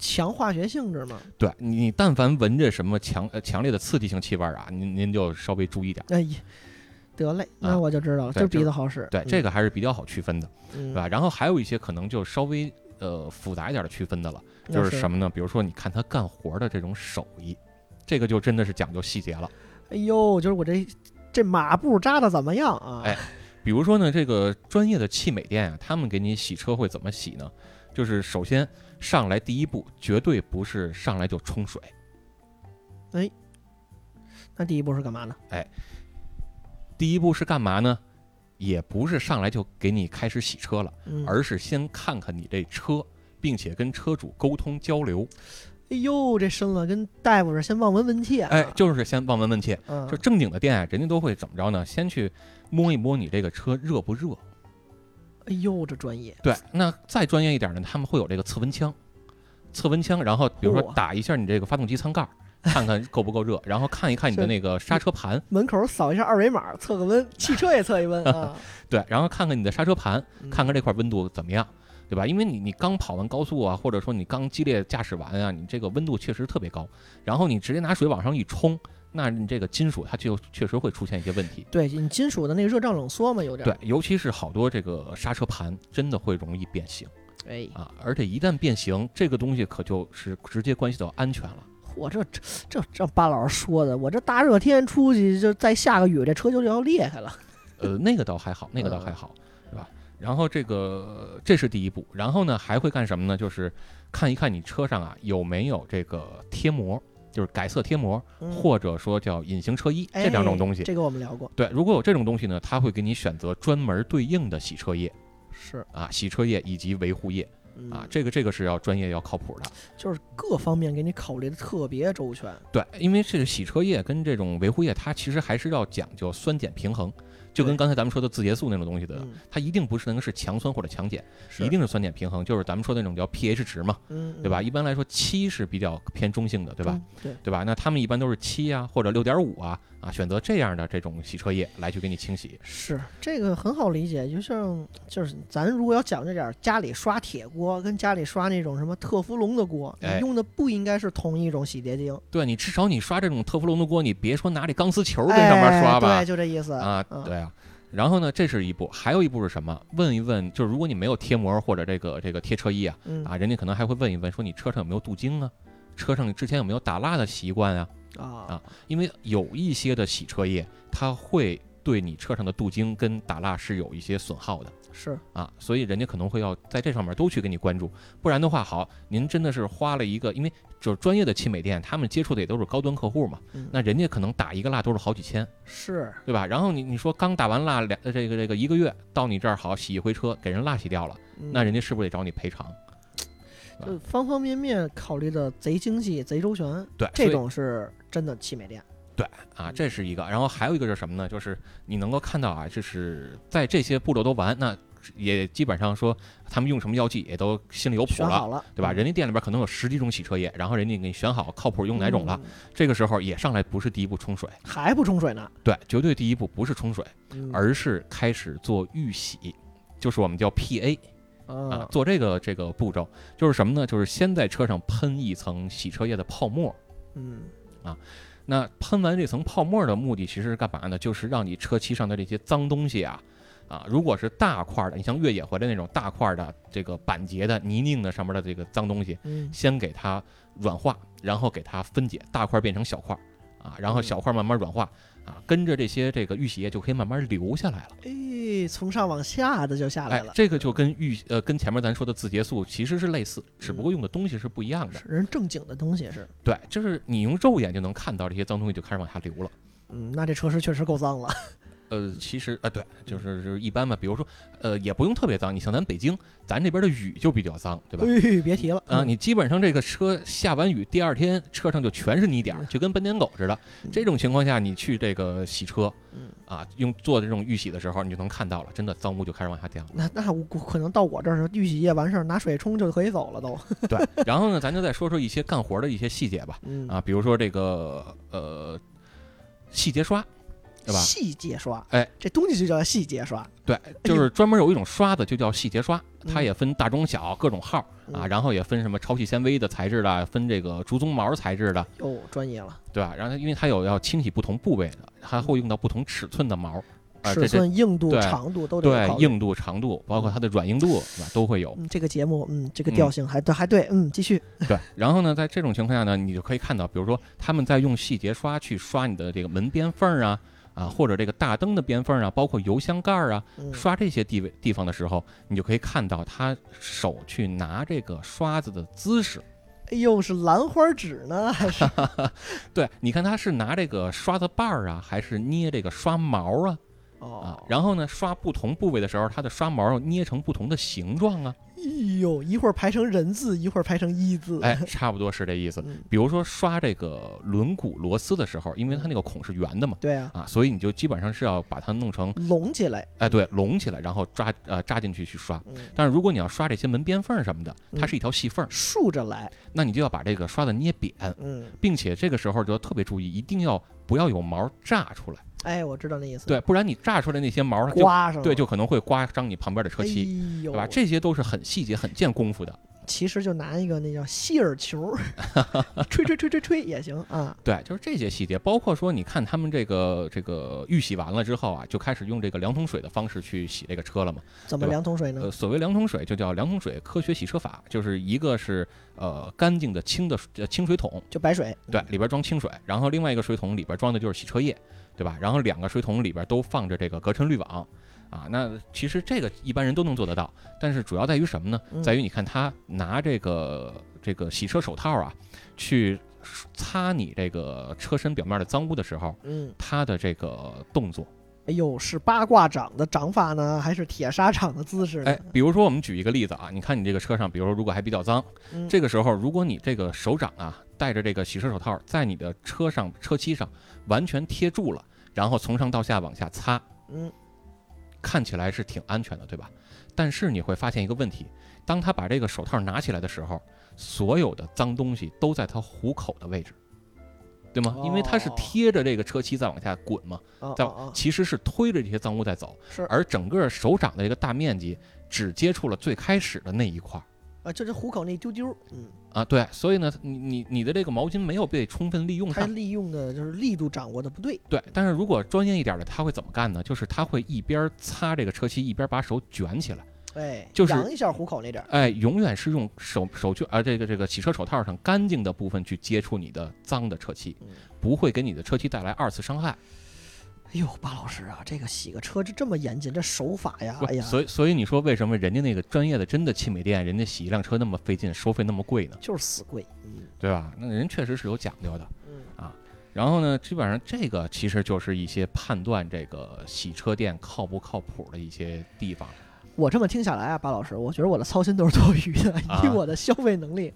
B: 强化学性质嘛？
A: 对你，你但凡闻着什么强呃强烈的刺激性气味儿啊，您您就稍微注意点儿。
B: 哎，得嘞，那我就知道了，
A: 啊对
B: 这
A: 就
B: 鼻子好使。
A: 对，这个还是比较好区分的，对
B: 嗯
A: 吧？然后还有一些可能就稍微呃复杂一点儿的区分的了，就是什么
B: 么？
A: 呢？比如说你看他干活儿的这种手艺，这个就真的是讲究细节了。
B: 哎呦，就是我这这马步扎的怎么样啊？
A: 哎比如说呢，这个专业的汽美店啊，他们给你洗车会怎么洗呢？就是首先上来第一步，绝对不是上来就冲水，
B: 那第一步是干嘛呢？
A: 第一步是干嘛呢？也不是上来就给你开始洗车了，
B: 嗯，
A: 而是先看看你这车，并且跟车主沟通交流。
B: 哎呦，这深了，跟大夫是先望闻问切、啊，
A: 哎，就是先望闻问切。
B: 嗯，
A: 就正经的店啊，人家都会怎么着呢？先去摸一摸你这个车热不热。
B: 哎呦，这专业，
A: 对，那再专业一点呢，他们会有这个测温枪，测温枪，然后比如说
B: 嚯
A: 打一下你这个发动机舱盖儿，看看够不够热，然后看一看你的那个刹车盘，
B: 门口扫一下二维码，测 个温，汽车也测一温啊，
A: 对，然后看看你的刹车盘，
B: 嗯
A: 看看这块温度怎么样，对吧？因为你你刚跑完高速啊，或者说你刚激烈驾驶完啊，你这个温度确实特别高，然后你直接拿水往上一冲，那你这个金属它就确实会出现一些问题。
B: 对你金属的那个热胀冷缩嘛，有点
A: 对，，尤其是好多这个刹车盘真的会容易变形
B: 哎，
A: 啊，而且一旦变形，这个东西可就是直接关系到安全了。
B: 我这这这这巴老师说的，我这大热天出去，就再下个雨，这车就要裂开了。
A: 呃，那个倒还好，那个
B: 嗯
A: 倒还好，是吧？然后这个这是第一步，然后呢还会干什么呢？就是看一看你车上啊有没有这个贴膜，就是改色贴膜，
B: 嗯
A: 或者说叫隐形车衣这两种东西
B: 哎。这个我们聊过，
A: 对，如果有这种东西呢，它会给你选择专门对应的洗车液
B: 是
A: 啊，洗车液以及维护液
B: 嗯
A: 啊，这个这个是要专业要靠谱的。
B: 就是各方面给你考虑的特别周全。
A: 对，因为这个洗车液跟这种维护液，它其实还是要讲究酸碱平衡，就跟
B: 对
A: 刚才咱们说的自洁素那种东西的，
B: 嗯，
A: 它一定不是能是强酸或者强碱，
B: 是
A: 一定是酸碱平衡，就是咱们说的那种叫 pH 值嘛，
B: 嗯，
A: 对吧？一般来说七是比较偏中性的，对
B: 对
A: 吧？？
B: 对，
A: 对吧？那他们一般都是七啊或者六点五啊啊，选择这样的这种洗车液来去给你清洗。
B: 是这个很好理解，就像就是咱如果要讲究点儿，家里刷铁锅跟家里刷那种什么特氟龙的锅，你
A: 哎
B: 用的不应该是同一种洗洁精，
A: 对啊你至少你刷这种特氟龙的锅，你别说拿这钢丝球跟上面刷吧
B: 哎对，，就这意思
A: 啊，
B: 嗯
A: 对啊。然后呢，这是一步，还有一步是什么？问一问，就是如果你没有贴膜或者这个这个贴车衣啊，
B: 嗯
A: 啊，人家可能还会问一问，说你车上有没有镀金啊？车上之前有没有打蜡的习惯啊？
B: 啊
A: 因为有一些的洗车液，它会对你车上的镀金跟打蜡是有一些损耗的
B: 是
A: 啊，所以人家可能会要在这上面都去给你关注，不然的话，好，您真的是花了一个，因为就是专业的汽美店，他们接触的也都是高端客户嘛
B: 嗯，
A: 那人家可能打一个蜡都是好几千，
B: 是，
A: 对吧？然后你你说刚打完蜡两呃这个这个一个月到你这儿好洗一回车，给人蜡洗掉了，
B: 嗯
A: 那人家是不是得找你赔偿？
B: 就方方面面考虑的贼精细、贼周全，
A: 对，所
B: 这
A: 以
B: 种是真的汽美店。
A: 啊，这是一个。然后还有一个是什么呢？就是你能够看到啊，就是在这些步骤都完，那也基本上说他们用什么药剂也都心里有谱
B: 选好
A: 了，
B: 了，
A: 对吧？
B: 嗯？
A: 人家店里边可能有十几种洗车液，然后人家给你选好靠谱用哪种了。
B: 嗯，
A: 这个时候也上来不是第一步冲水，
B: 还不冲水呢？
A: 对，绝对第一步不是冲水，
B: 嗯
A: 而是开始做预洗，就是我们叫 PA 啊，
B: 啊，
A: 做这个这个步骤就是什么呢？就是先在车上喷一层洗车液的泡沫，
B: 嗯，
A: 那喷完这层泡沫的目的其实是干嘛呢？就是让你车漆上的这些脏东西啊，啊，如果是大块儿的，你像越野回来那种大块儿的这个板结的泥泞的上面的这个脏东西，
B: 嗯，
A: 先给它软化，然后给它分解，大块儿变成小块儿啊，然后小块儿慢慢软化啊，跟着这些这个预洗液就可以慢慢流下来了。
B: 哎，从上往下的就下来
A: 哎
B: 了，，
A: 这个就跟预呃跟前面咱说的自洁素其实是类似，只不过用的东西是不一样的
B: 是。人正经的东西是，
A: 对，就是你用肉眼就能看到这些脏东西就开始往下流了。
B: 嗯，那这车是确实够脏了，
A: 呃，其实啊、对，就是就是一般嘛。比如说，呃，也不用特别脏。你像咱北京，咱这边的雨就比较脏，对吧？
B: 哎，别提了
A: 啊，你基本上这个车下完雨，第二天车上就全是泥点儿，就跟斑点狗似的。这种情况下，你去这个洗车
B: 嗯，
A: 啊，用做这种预洗的时候，你就能看到了，真的脏污就开始往下掉了。
B: 嗯那那我可能到我这儿预洗液完事儿，拿水冲就可以走了都，
A: 对，然后呢，咱就再说说一些干活的一些细节吧。
B: 嗯，
A: 啊，比如说这个呃，细节刷，对吧？
B: 细节刷，
A: 哎，
B: 这东西就叫细节刷
A: 对，
B: 呦
A: 就是专门有一种刷子，就叫细节刷，它
B: 嗯
A: 也分大、中、小各种号儿啊，
B: 嗯
A: 然后也分什么超细纤维的材质的，分这个竹鬃毛材质的，
B: 哟，专业了，
A: 对吧？然后它因为它有要清洗不同部位的，还会用到不同尺寸的毛，啊，
B: 尺
A: 这这
B: 寸、硬度、
A: 对
B: 长度都得
A: 对
B: 考虑。
A: 硬度、长度，包括它的软硬度，是吧？都会 有。
B: 嗯，这个节目，嗯，这个调性还对，还对，嗯，继续，
A: 对，然后呢，在这种情况下呢，你就可以看到，比如说他们在用细节刷去刷你的这个门边缝儿啊。啊，或者这个大灯的边缝儿啊，包括油箱盖儿啊，
B: 嗯，
A: 刷这些地位地方的时候，你就可以看到他手去拿这个刷子的姿势。
B: 哎呦，是兰花指 呢，还是
A: 对，你看他是拿这个刷子把儿啊，还是捏这个刷毛啊？啊
B: 哦。，
A: 然后呢，刷不同部位的时候，它的刷毛要捏成不同的形状啊，
B: 哎呦，一会儿排成人字，一会儿排成一字，
A: 哎，差不多是这意思。
B: 嗯，
A: 比如说刷这个轮毂螺丝的时候，因为它那个孔是圆的嘛，
B: 对啊，
A: 啊，所以你就基本上是要把它弄成，
B: 拢起来，
A: 哎，对，拢起来，然后扎呃扎进去去刷。
B: 嗯，
A: 但是如果你要刷这些门边缝什么的，它
B: 嗯
A: 是一条细缝，
B: 竖着来，
A: 那你就要把这个刷子捏扁，
B: 嗯，
A: 并且这个时候就要特别注意，一定要不要有毛炸出来，
B: 哎，我知道那意思，，
A: 对，不然你炸出来那些毛它就
B: 刮上了，
A: 对就可能会刮伤你旁边的车
B: 哎
A: 漆，
B: 呦，
A: 对吧？这些都是很细节、很见功夫的。
B: 其实就拿一个那叫希尔球， 吹吹吹吹吹也行啊，
A: 对，就是这些细节，包括说你看他们这个这个预洗完了之后啊，就开始用这个两桶水的方式去洗这个车了嘛。
B: 怎么
A: 对吧
B: 两桶水呢
A: 呃，？所谓两桶水就叫两桶水科学洗车法，就是一个是呃干净的清的水呃清水桶，
B: 就白水，
A: 对，里边装清水，然后另外一个水桶里边装的就是洗车液，对吧？然后两个水桶里边都放着这个隔尘滤网，啊，那其实这个一般人都能做得到，但是主要在于什么呢？
B: 嗯
A: 在于你看他拿这个这个洗车手套啊，去擦你这个车身表面的脏污的时候，
B: 嗯，
A: 他的这个动作，
B: 哎呦，是八卦掌的掌法呢，还是铁砂掌的姿势呢？
A: 哎，比如说我们举一个例子啊，你看你这个车上，比如说如果还比较脏，
B: 嗯
A: 这个时候如果你这个手掌啊戴着这个洗车手套，在你的车上车漆上完全贴住了，然后从上到下往下擦，
B: 嗯，
A: 看起来是挺安全的，对吧？但是你会发现一个问题，当他把这个手套拿起来的时候，所有的脏东西都在他虎口的位置。对吗？因为他是
B: 哦
A: 贴着这个车漆再往下滚嘛，
B: 哦
A: 在
B: 哦哦
A: 其实是推着这些脏污在走，
B: 是
A: 而整个手掌的一个大面积只接触了最开始的那一块儿
B: 啊，就这虎口那一丢丢，嗯，
A: 啊，对，所以呢，你你你的这个毛巾没有被充分利用
B: 他
A: 上，
B: 利用的就是力度掌握的不对，
A: 对，但是如果专业一点的，他会怎么干呢？就是他会一边擦这个车漆，一边把手卷起来，
B: 哎，
A: 就是
B: 扬一下虎口那点儿，
A: 哎，永远是用手手绢啊，这个这个洗车手套上干净的部分去接触你的脏的车漆
B: 嗯，
A: 不会给你的车漆带来二次伤害。
B: 哎呦，巴老师啊，这个洗个车就这么严谨，这手法呀，
A: 不
B: 哎呀，
A: 所以所以你说为什么人家那个专业的真的汽美店，人家洗一辆车那么费劲，收费那么贵呢？
B: 就是死贵，嗯
A: 对吧？那人确实是有讲究的。
B: 嗯，
A: 然后呢，基本上这个其实就是一些判断这个洗车店靠不靠谱的一些地方。
B: 我这么听下来啊，巴老师，我觉得我的操心都是多余的，
A: 啊
B: 以我的消费能力，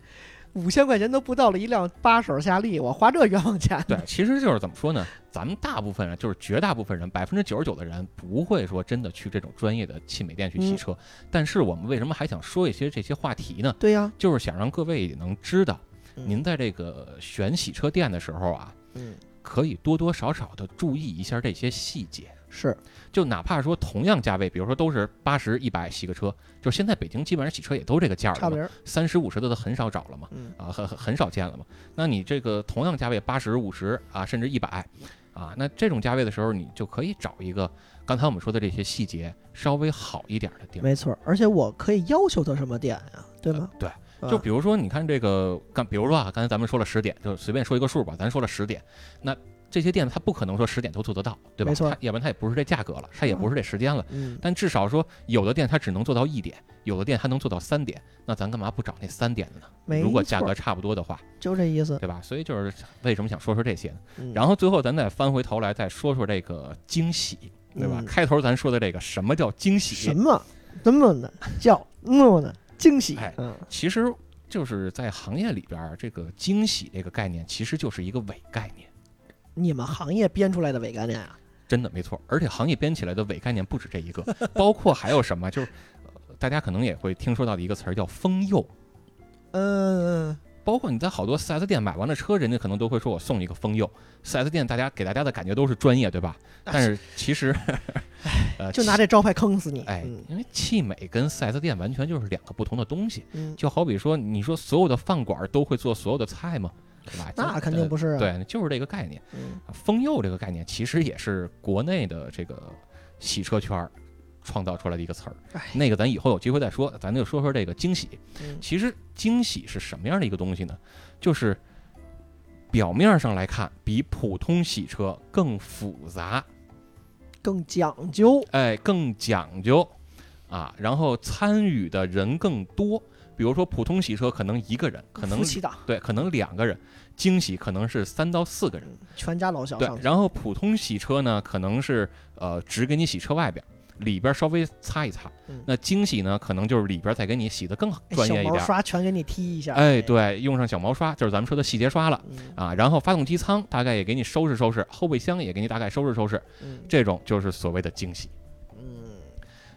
B: 五千块钱都不到了一辆八手夏利，我花这冤枉钱，
A: 对，其实就是怎么说呢？咱们大部分人，就是绝大部分人，百分之九十九的人不会说真的去这种专业的汽美店去洗车。但是我们为什么还想说一些这些话题呢？
B: 对呀、
A: 就是想让各位也能知道，
B: 嗯
A: 您在这个选洗车店的时候啊，
B: 嗯，
A: 可以多多少少的注意一下这些细节。
B: 是，
A: 就哪怕说同样价位，比如说都是八十、一百洗个车，就是现在北京基本上洗车也都这个价
B: 差
A: 儿
B: 不
A: 了嘛，
B: 离儿，
A: 三十、五十的都很少找了嘛，
B: 嗯
A: 啊，很很很少见了嘛。那你这个同样价位八十、五十啊，甚至一百啊，那这种价位的时候，你就可以找一个刚才我们说的这些细节稍微好一点的地儿。呃
B: 没错，而且我可以要求他什么店呀，对吗？
A: 对，
B: 啊
A: 就比如说，你看这个，刚比如说啊，刚才咱们说了十点，就随便说一个数吧，咱说了十点，那这些店它不可能说十点都做得到，对吧？
B: 没错
A: 它要不然它也不是这价格了，它也
B: 啊
A: 不是这时间了。
B: 嗯，
A: 但至少说，有的店它只能做到一点，有的店它能做到三点，那咱干嘛不找那三点的呢？
B: 没
A: 如果价
B: 错
A: 格差不多的话，
B: 就这意思，
A: 对吧？所以就是为什么想说说这些呢？
B: 嗯、
A: 然后最后咱再翻回头来再说说这个惊喜，对吧？
B: 嗯
A: 开头咱说的这个什么叫惊
B: 什
A: 喜，
B: 么那么的叫那么的惊喜，
A: 哎
B: 嗯，
A: 其实就是在行业里边儿，这个惊喜这个概念其实就是一个伪概念，
B: 你们行业编出来的伪概念啊，
A: 真的没错。而且行业编起来的伪概念不止这一个， 包括还有什么，就是、呃大家可能也会听说到的一个词儿叫“风诱”。
B: 嗯，
A: 包括你在好多 4S 店买完了车，人家可能都会说我送你一个风佑。4S 店大家给大家的感觉都是专业，对吧？但是其实，呃，
B: 就拿
A: 这，
B: 这招牌坑死你，
A: 哎
B: 嗯，
A: 因为汽美跟 4S 店完全就是两个不同的东西。
B: 嗯，
A: 就好比说，你说所有的饭馆都会做所有的菜吗？对吧？
B: 那
A: 就
B: 肯定不是啊，
A: 对，就是这个概念。
B: 嗯，
A: 风佑这个概念其实也是国内的这个洗车圈儿创造出来的一个词儿。
B: 哎，
A: 那个咱以后有机会再说，咱就说说这个惊喜。
B: 嗯
A: 其实惊喜是什么样的一个东西呢？就是表面上来看比普通洗车更复杂，
B: 更讲究，
A: 哎，更讲究啊，然后参与的人更多。比比如说普通洗车可能一个人，可能
B: 啊夫妻档，
A: 对，可能两个人，惊喜可能是三到四个人。
B: 全家老小
A: 对
B: 上，去。
A: 然后普通洗车呢，可能是呃只给你洗车外边儿，里边儿稍微擦一擦。
B: 嗯
A: 那惊喜呢，可能就是里边儿再给你洗得更好
B: 哎
A: 专
B: 小
A: 业一
B: 毛
A: 点儿。
B: 刷全给你踢一下。
A: 哎，，对，用上小毛刷，就是咱们说的细节刷了
B: 嗯
A: 啊。然后发动机舱大概也给你收拾收拾，后备箱也给你大概收拾收拾，
B: 嗯
A: 这种就是所谓的惊喜
B: 嗯，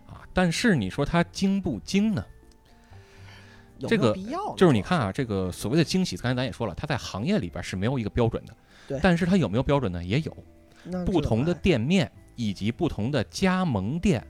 A: 啊。但是你说它惊不惊呢？
B: 有
A: 这
B: 没有
A: 个
B: 必要呢
A: 就是你看啊，这个所谓的惊喜，刚才咱也说了，它在行业里边是没有一个标准的。
B: 对
A: 但是它有没有标准呢？也有
B: 那
A: 不
B: 这哎
A: 同的
B: 玩
A: 店面以及不同的加盟店，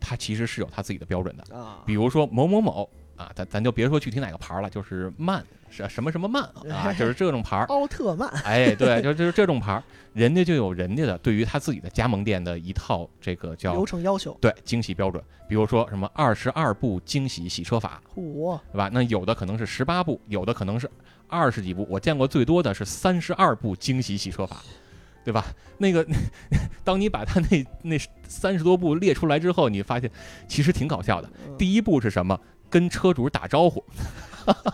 A: 它其实是有它自己的标准的。
B: 意儿啊
A: 比，如说某某某啊，咱咱就别说具体哪个牌儿了，就是曼是什么什么曼啊，就是这种牌 儿。
B: 奥特曼，
A: 哎，对，就就是这种牌儿，人家就有人家的对于他自己的加盟店的一套这个叫
B: 流程要求，
A: 对惊喜标准，比如说什么二十二步惊喜洗车法，
B: 嚯，
A: 对吧？那有的可能是十八步，有的可能是二十几步，我见过最多的是三十二步惊喜洗车法，对吧？那个， 当你把它那那三十多步列出来之后，你发现其实挺搞笑的。
B: 嗯
A: 第一步是什么？跟车主打招呼。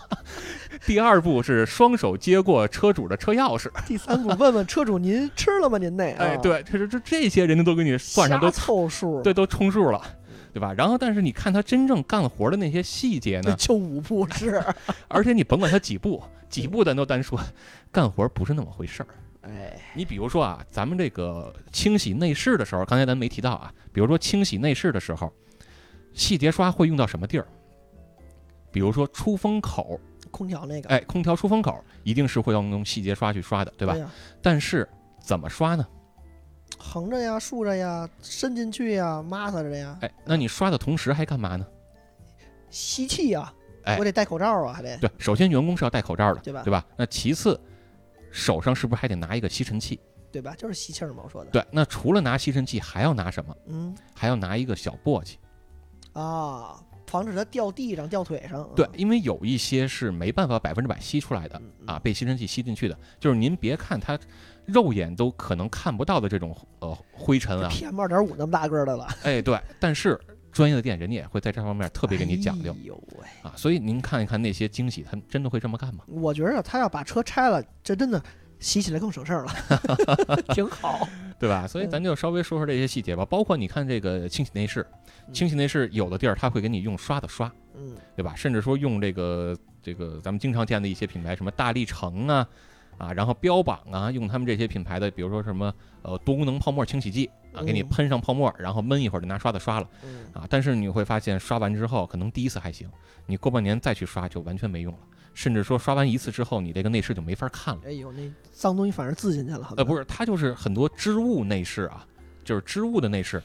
A: 第二步是双手接过车主的车钥匙，
B: 嗯第 三步问问车主您吃了吗？您那，
A: 哎，
B: 啊，
A: 对，这这这这些人家都给你算上都
B: 瞎凑数，
A: 对都充数了，对吧？然后但是你看他真正干活的那些细节呢
B: 那，就五步 是，
A: 而且你甭管他几步，几步咱都单说，干活不是那么回事儿。
B: 哎，
A: 你比如说啊，咱们这个清洗内饰的时候，刚才咱没提到啊，比如说清洗内饰的时候，细节刷会用到什么地儿？比如说出风口，
B: 空调那个，
A: 哎，空调出风口一定是会要用细节刷去刷的，对吧？
B: 哎呀？
A: 但是怎么刷呢？
B: 横着呀，竖着呀，伸进去呀，抹擦着呀，
A: 哎，那你刷的同时还干嘛呢？
B: 吸气呀，
A: 哎
B: 我得戴口罩啊，还得，
A: 对，首先员工是要戴口罩的，
B: 对吧
A: 那其次，手上是不是还得拿一个吸尘器？
B: 对吧？就是吸气儿嘛，我说的，
A: 对，那除了拿吸尘器，还要拿什么？
B: 嗯
A: 还要拿一个小簸箕。
B: 啊，防止它掉地上、掉腿上，
A: 对，因为有一些是没办法百分之百吸出来的
B: 嗯嗯
A: 啊，被吸尘器吸进去的。就是您别看它肉眼都可能看不到的这种呃灰尘啊，
B: ，PM 二点五那么大个儿的了，
A: 哎，对，但是专业的店人家也会在这方面特
B: 特
A: 别给你讲究
B: 哎呦喂，
A: 啊。所以您看一看那些惊喜，他们真的会这么干吗？
B: 我觉着他要把车拆了，这真的洗起来更省事儿了， 挺好。
A: 对
B: 嗯
A: 吧？所以咱就稍微说说这些细节吧，包括你看这个清洗内饰，
B: 嗯
A: 清洗内饰有的地儿它会给你用刷子刷，
B: 嗯，
A: 对吧？甚至说用这个这个咱们经常见的一些品牌，什么大力城啊，啊，然后标榜啊，用他们这些品牌的，比如说什么呃多功能泡沫清洗剂啊，给你
B: 嗯
A: 喷上泡沫，然后闷一会儿就拿刷子刷了
B: 嗯，
A: 啊。但是你会发现刷完之后，可能第一次还行，你过半年再去刷就完全没用了，甚至说刷完一次之后，你这个内饰就没法看了。
B: 哎呦，那脏东西反而滋进去了。
A: 呃，不
B: 是，
A: 是，它就是很多织物内饰啊，就是织物的内饰，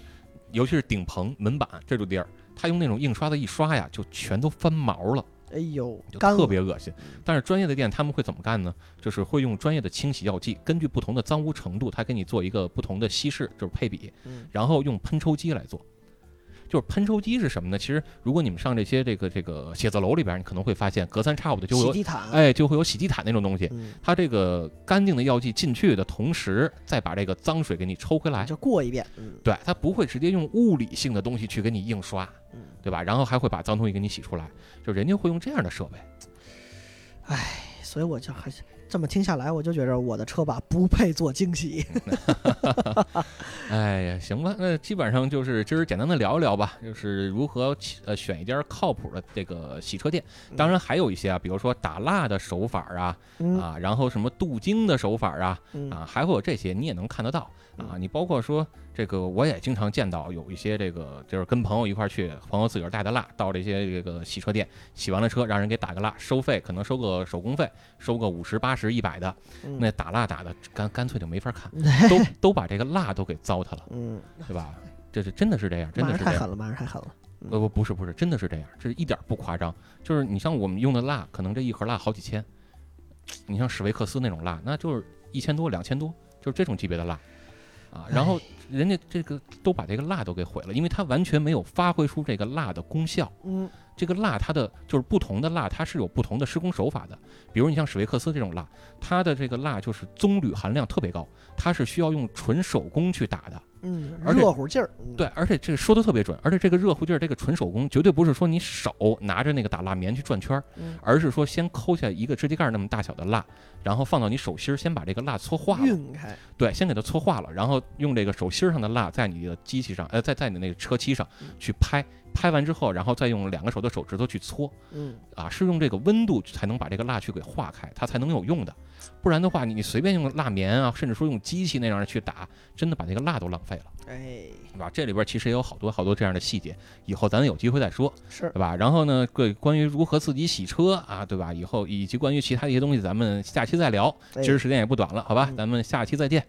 A: 尤其是顶棚、门板这种地儿，它用那种硬刷子一刷呀，就全都翻毛了，
B: 哎呦，
A: 就
B: 干
A: 特
B: 了
A: 别恶心。但是专业的店他们会怎么干呢？就是会用专业的清洗药剂，根据不同的脏污程度，它给你做一个不同的稀释，就是配比
B: 嗯，
A: 然后用喷抽机来做。就是喷抽机是什么呢？其实如果你们上这些这个这个写字楼里边，你可能会发现隔三差五的就
B: 洗
A: 有
B: 地毯。，
A: 哎就会有洗地毯那种东西。
B: 嗯，
A: 它这个干净的药剂进去的同时，再把这个脏水给你抽回来。
B: 就过一遍。嗯
A: 对，它不会直接用物理性的东西去给你硬刷，
B: 嗯，
A: 对吧？然后还会把脏东西给你洗出来，就人家会用这样的设备。
B: 所以我就还是这么听下来，我就觉着我的车吧不配做惊喜。
A: 哎呀，行吧，那基本上就是今儿简单的聊一聊吧，就是如何起呃选一家靠谱的这个洗车店。当然还有一些啊，比如说打蜡的手法啊，
B: 嗯
A: 啊，然后什么镀金的手法啊，
B: 嗯
A: 啊，还会有这些你也能看得到啊。你包括说这个，我也经常见到有一些这个，就是跟朋友一块儿去，朋友自个儿带的蜡到这些这个洗车店洗完了车，让人给打个蜡，收费可能收个手工费，收个五十、八十、一百的，
B: 嗯
A: 那打蜡打的干干脆就没法 看，都都把这个蜡都给糟蹋了，
B: 嗯，
A: 对吧？这是真的是这样，真
B: 骂
A: 的
B: 人
A: 是这
B: 太
A: 样。
B: 狠了，骂人太狠了。
A: 呃，不，不是，不是，真的是这样，这一点儿不夸张。就是你像我们用的蜡，可能这一盒蜡好几千，你像史维克斯那种蜡，那就是一千多、两千多，就是这种级别的蜡啊。然后人家这个都把这个蜡都给毁了，因为它完全没有发挥出这个蜡的功效。
B: 嗯，
A: 这个蜡它的就是不同的蜡，它是有不同的施工手法的。比如你像史维克斯这种蜡，它的这个蜡就是棕榈含量特别高，它是需要用纯手工去打的，
B: 嗯，
A: 而且
B: 热乎劲儿，嗯，
A: 对，而且这个说的特别准，而且这个热乎劲儿，这个纯手工绝对不是说你手拿着那个打蜡棉去转圈儿，
B: 嗯
A: 而是说先抠下一个指甲盖儿那么大小的蜡，然后放到你手心儿，先把这个蜡搓化了，
B: 晕开，
A: 对，先给它搓化了，然后用这个手心儿上的蜡在你的机器上，呃，在在你那个车漆上
B: 嗯
A: 去拍，拍完之后，然后再用两个手的手指头去搓，
B: 嗯，
A: 啊，是用这个温度才能把这个蜡去给化开，它才能有用的，不然的话，你你随便用蜡棉啊，甚至说用机器那样的去打，真的把这个蜡都浪费了。
B: 哎，
A: 对吧？这里边其实也有好多好多这样的细节，以后咱有机会再说，
B: 是
A: 对吧？然后呢，对关于如何自己洗车啊，对吧？以后以及关于其他的一些东西，咱们下期再聊。
B: 哎
A: 其实时间也不短了，好吧
B: 嗯？
A: 咱们下期再见，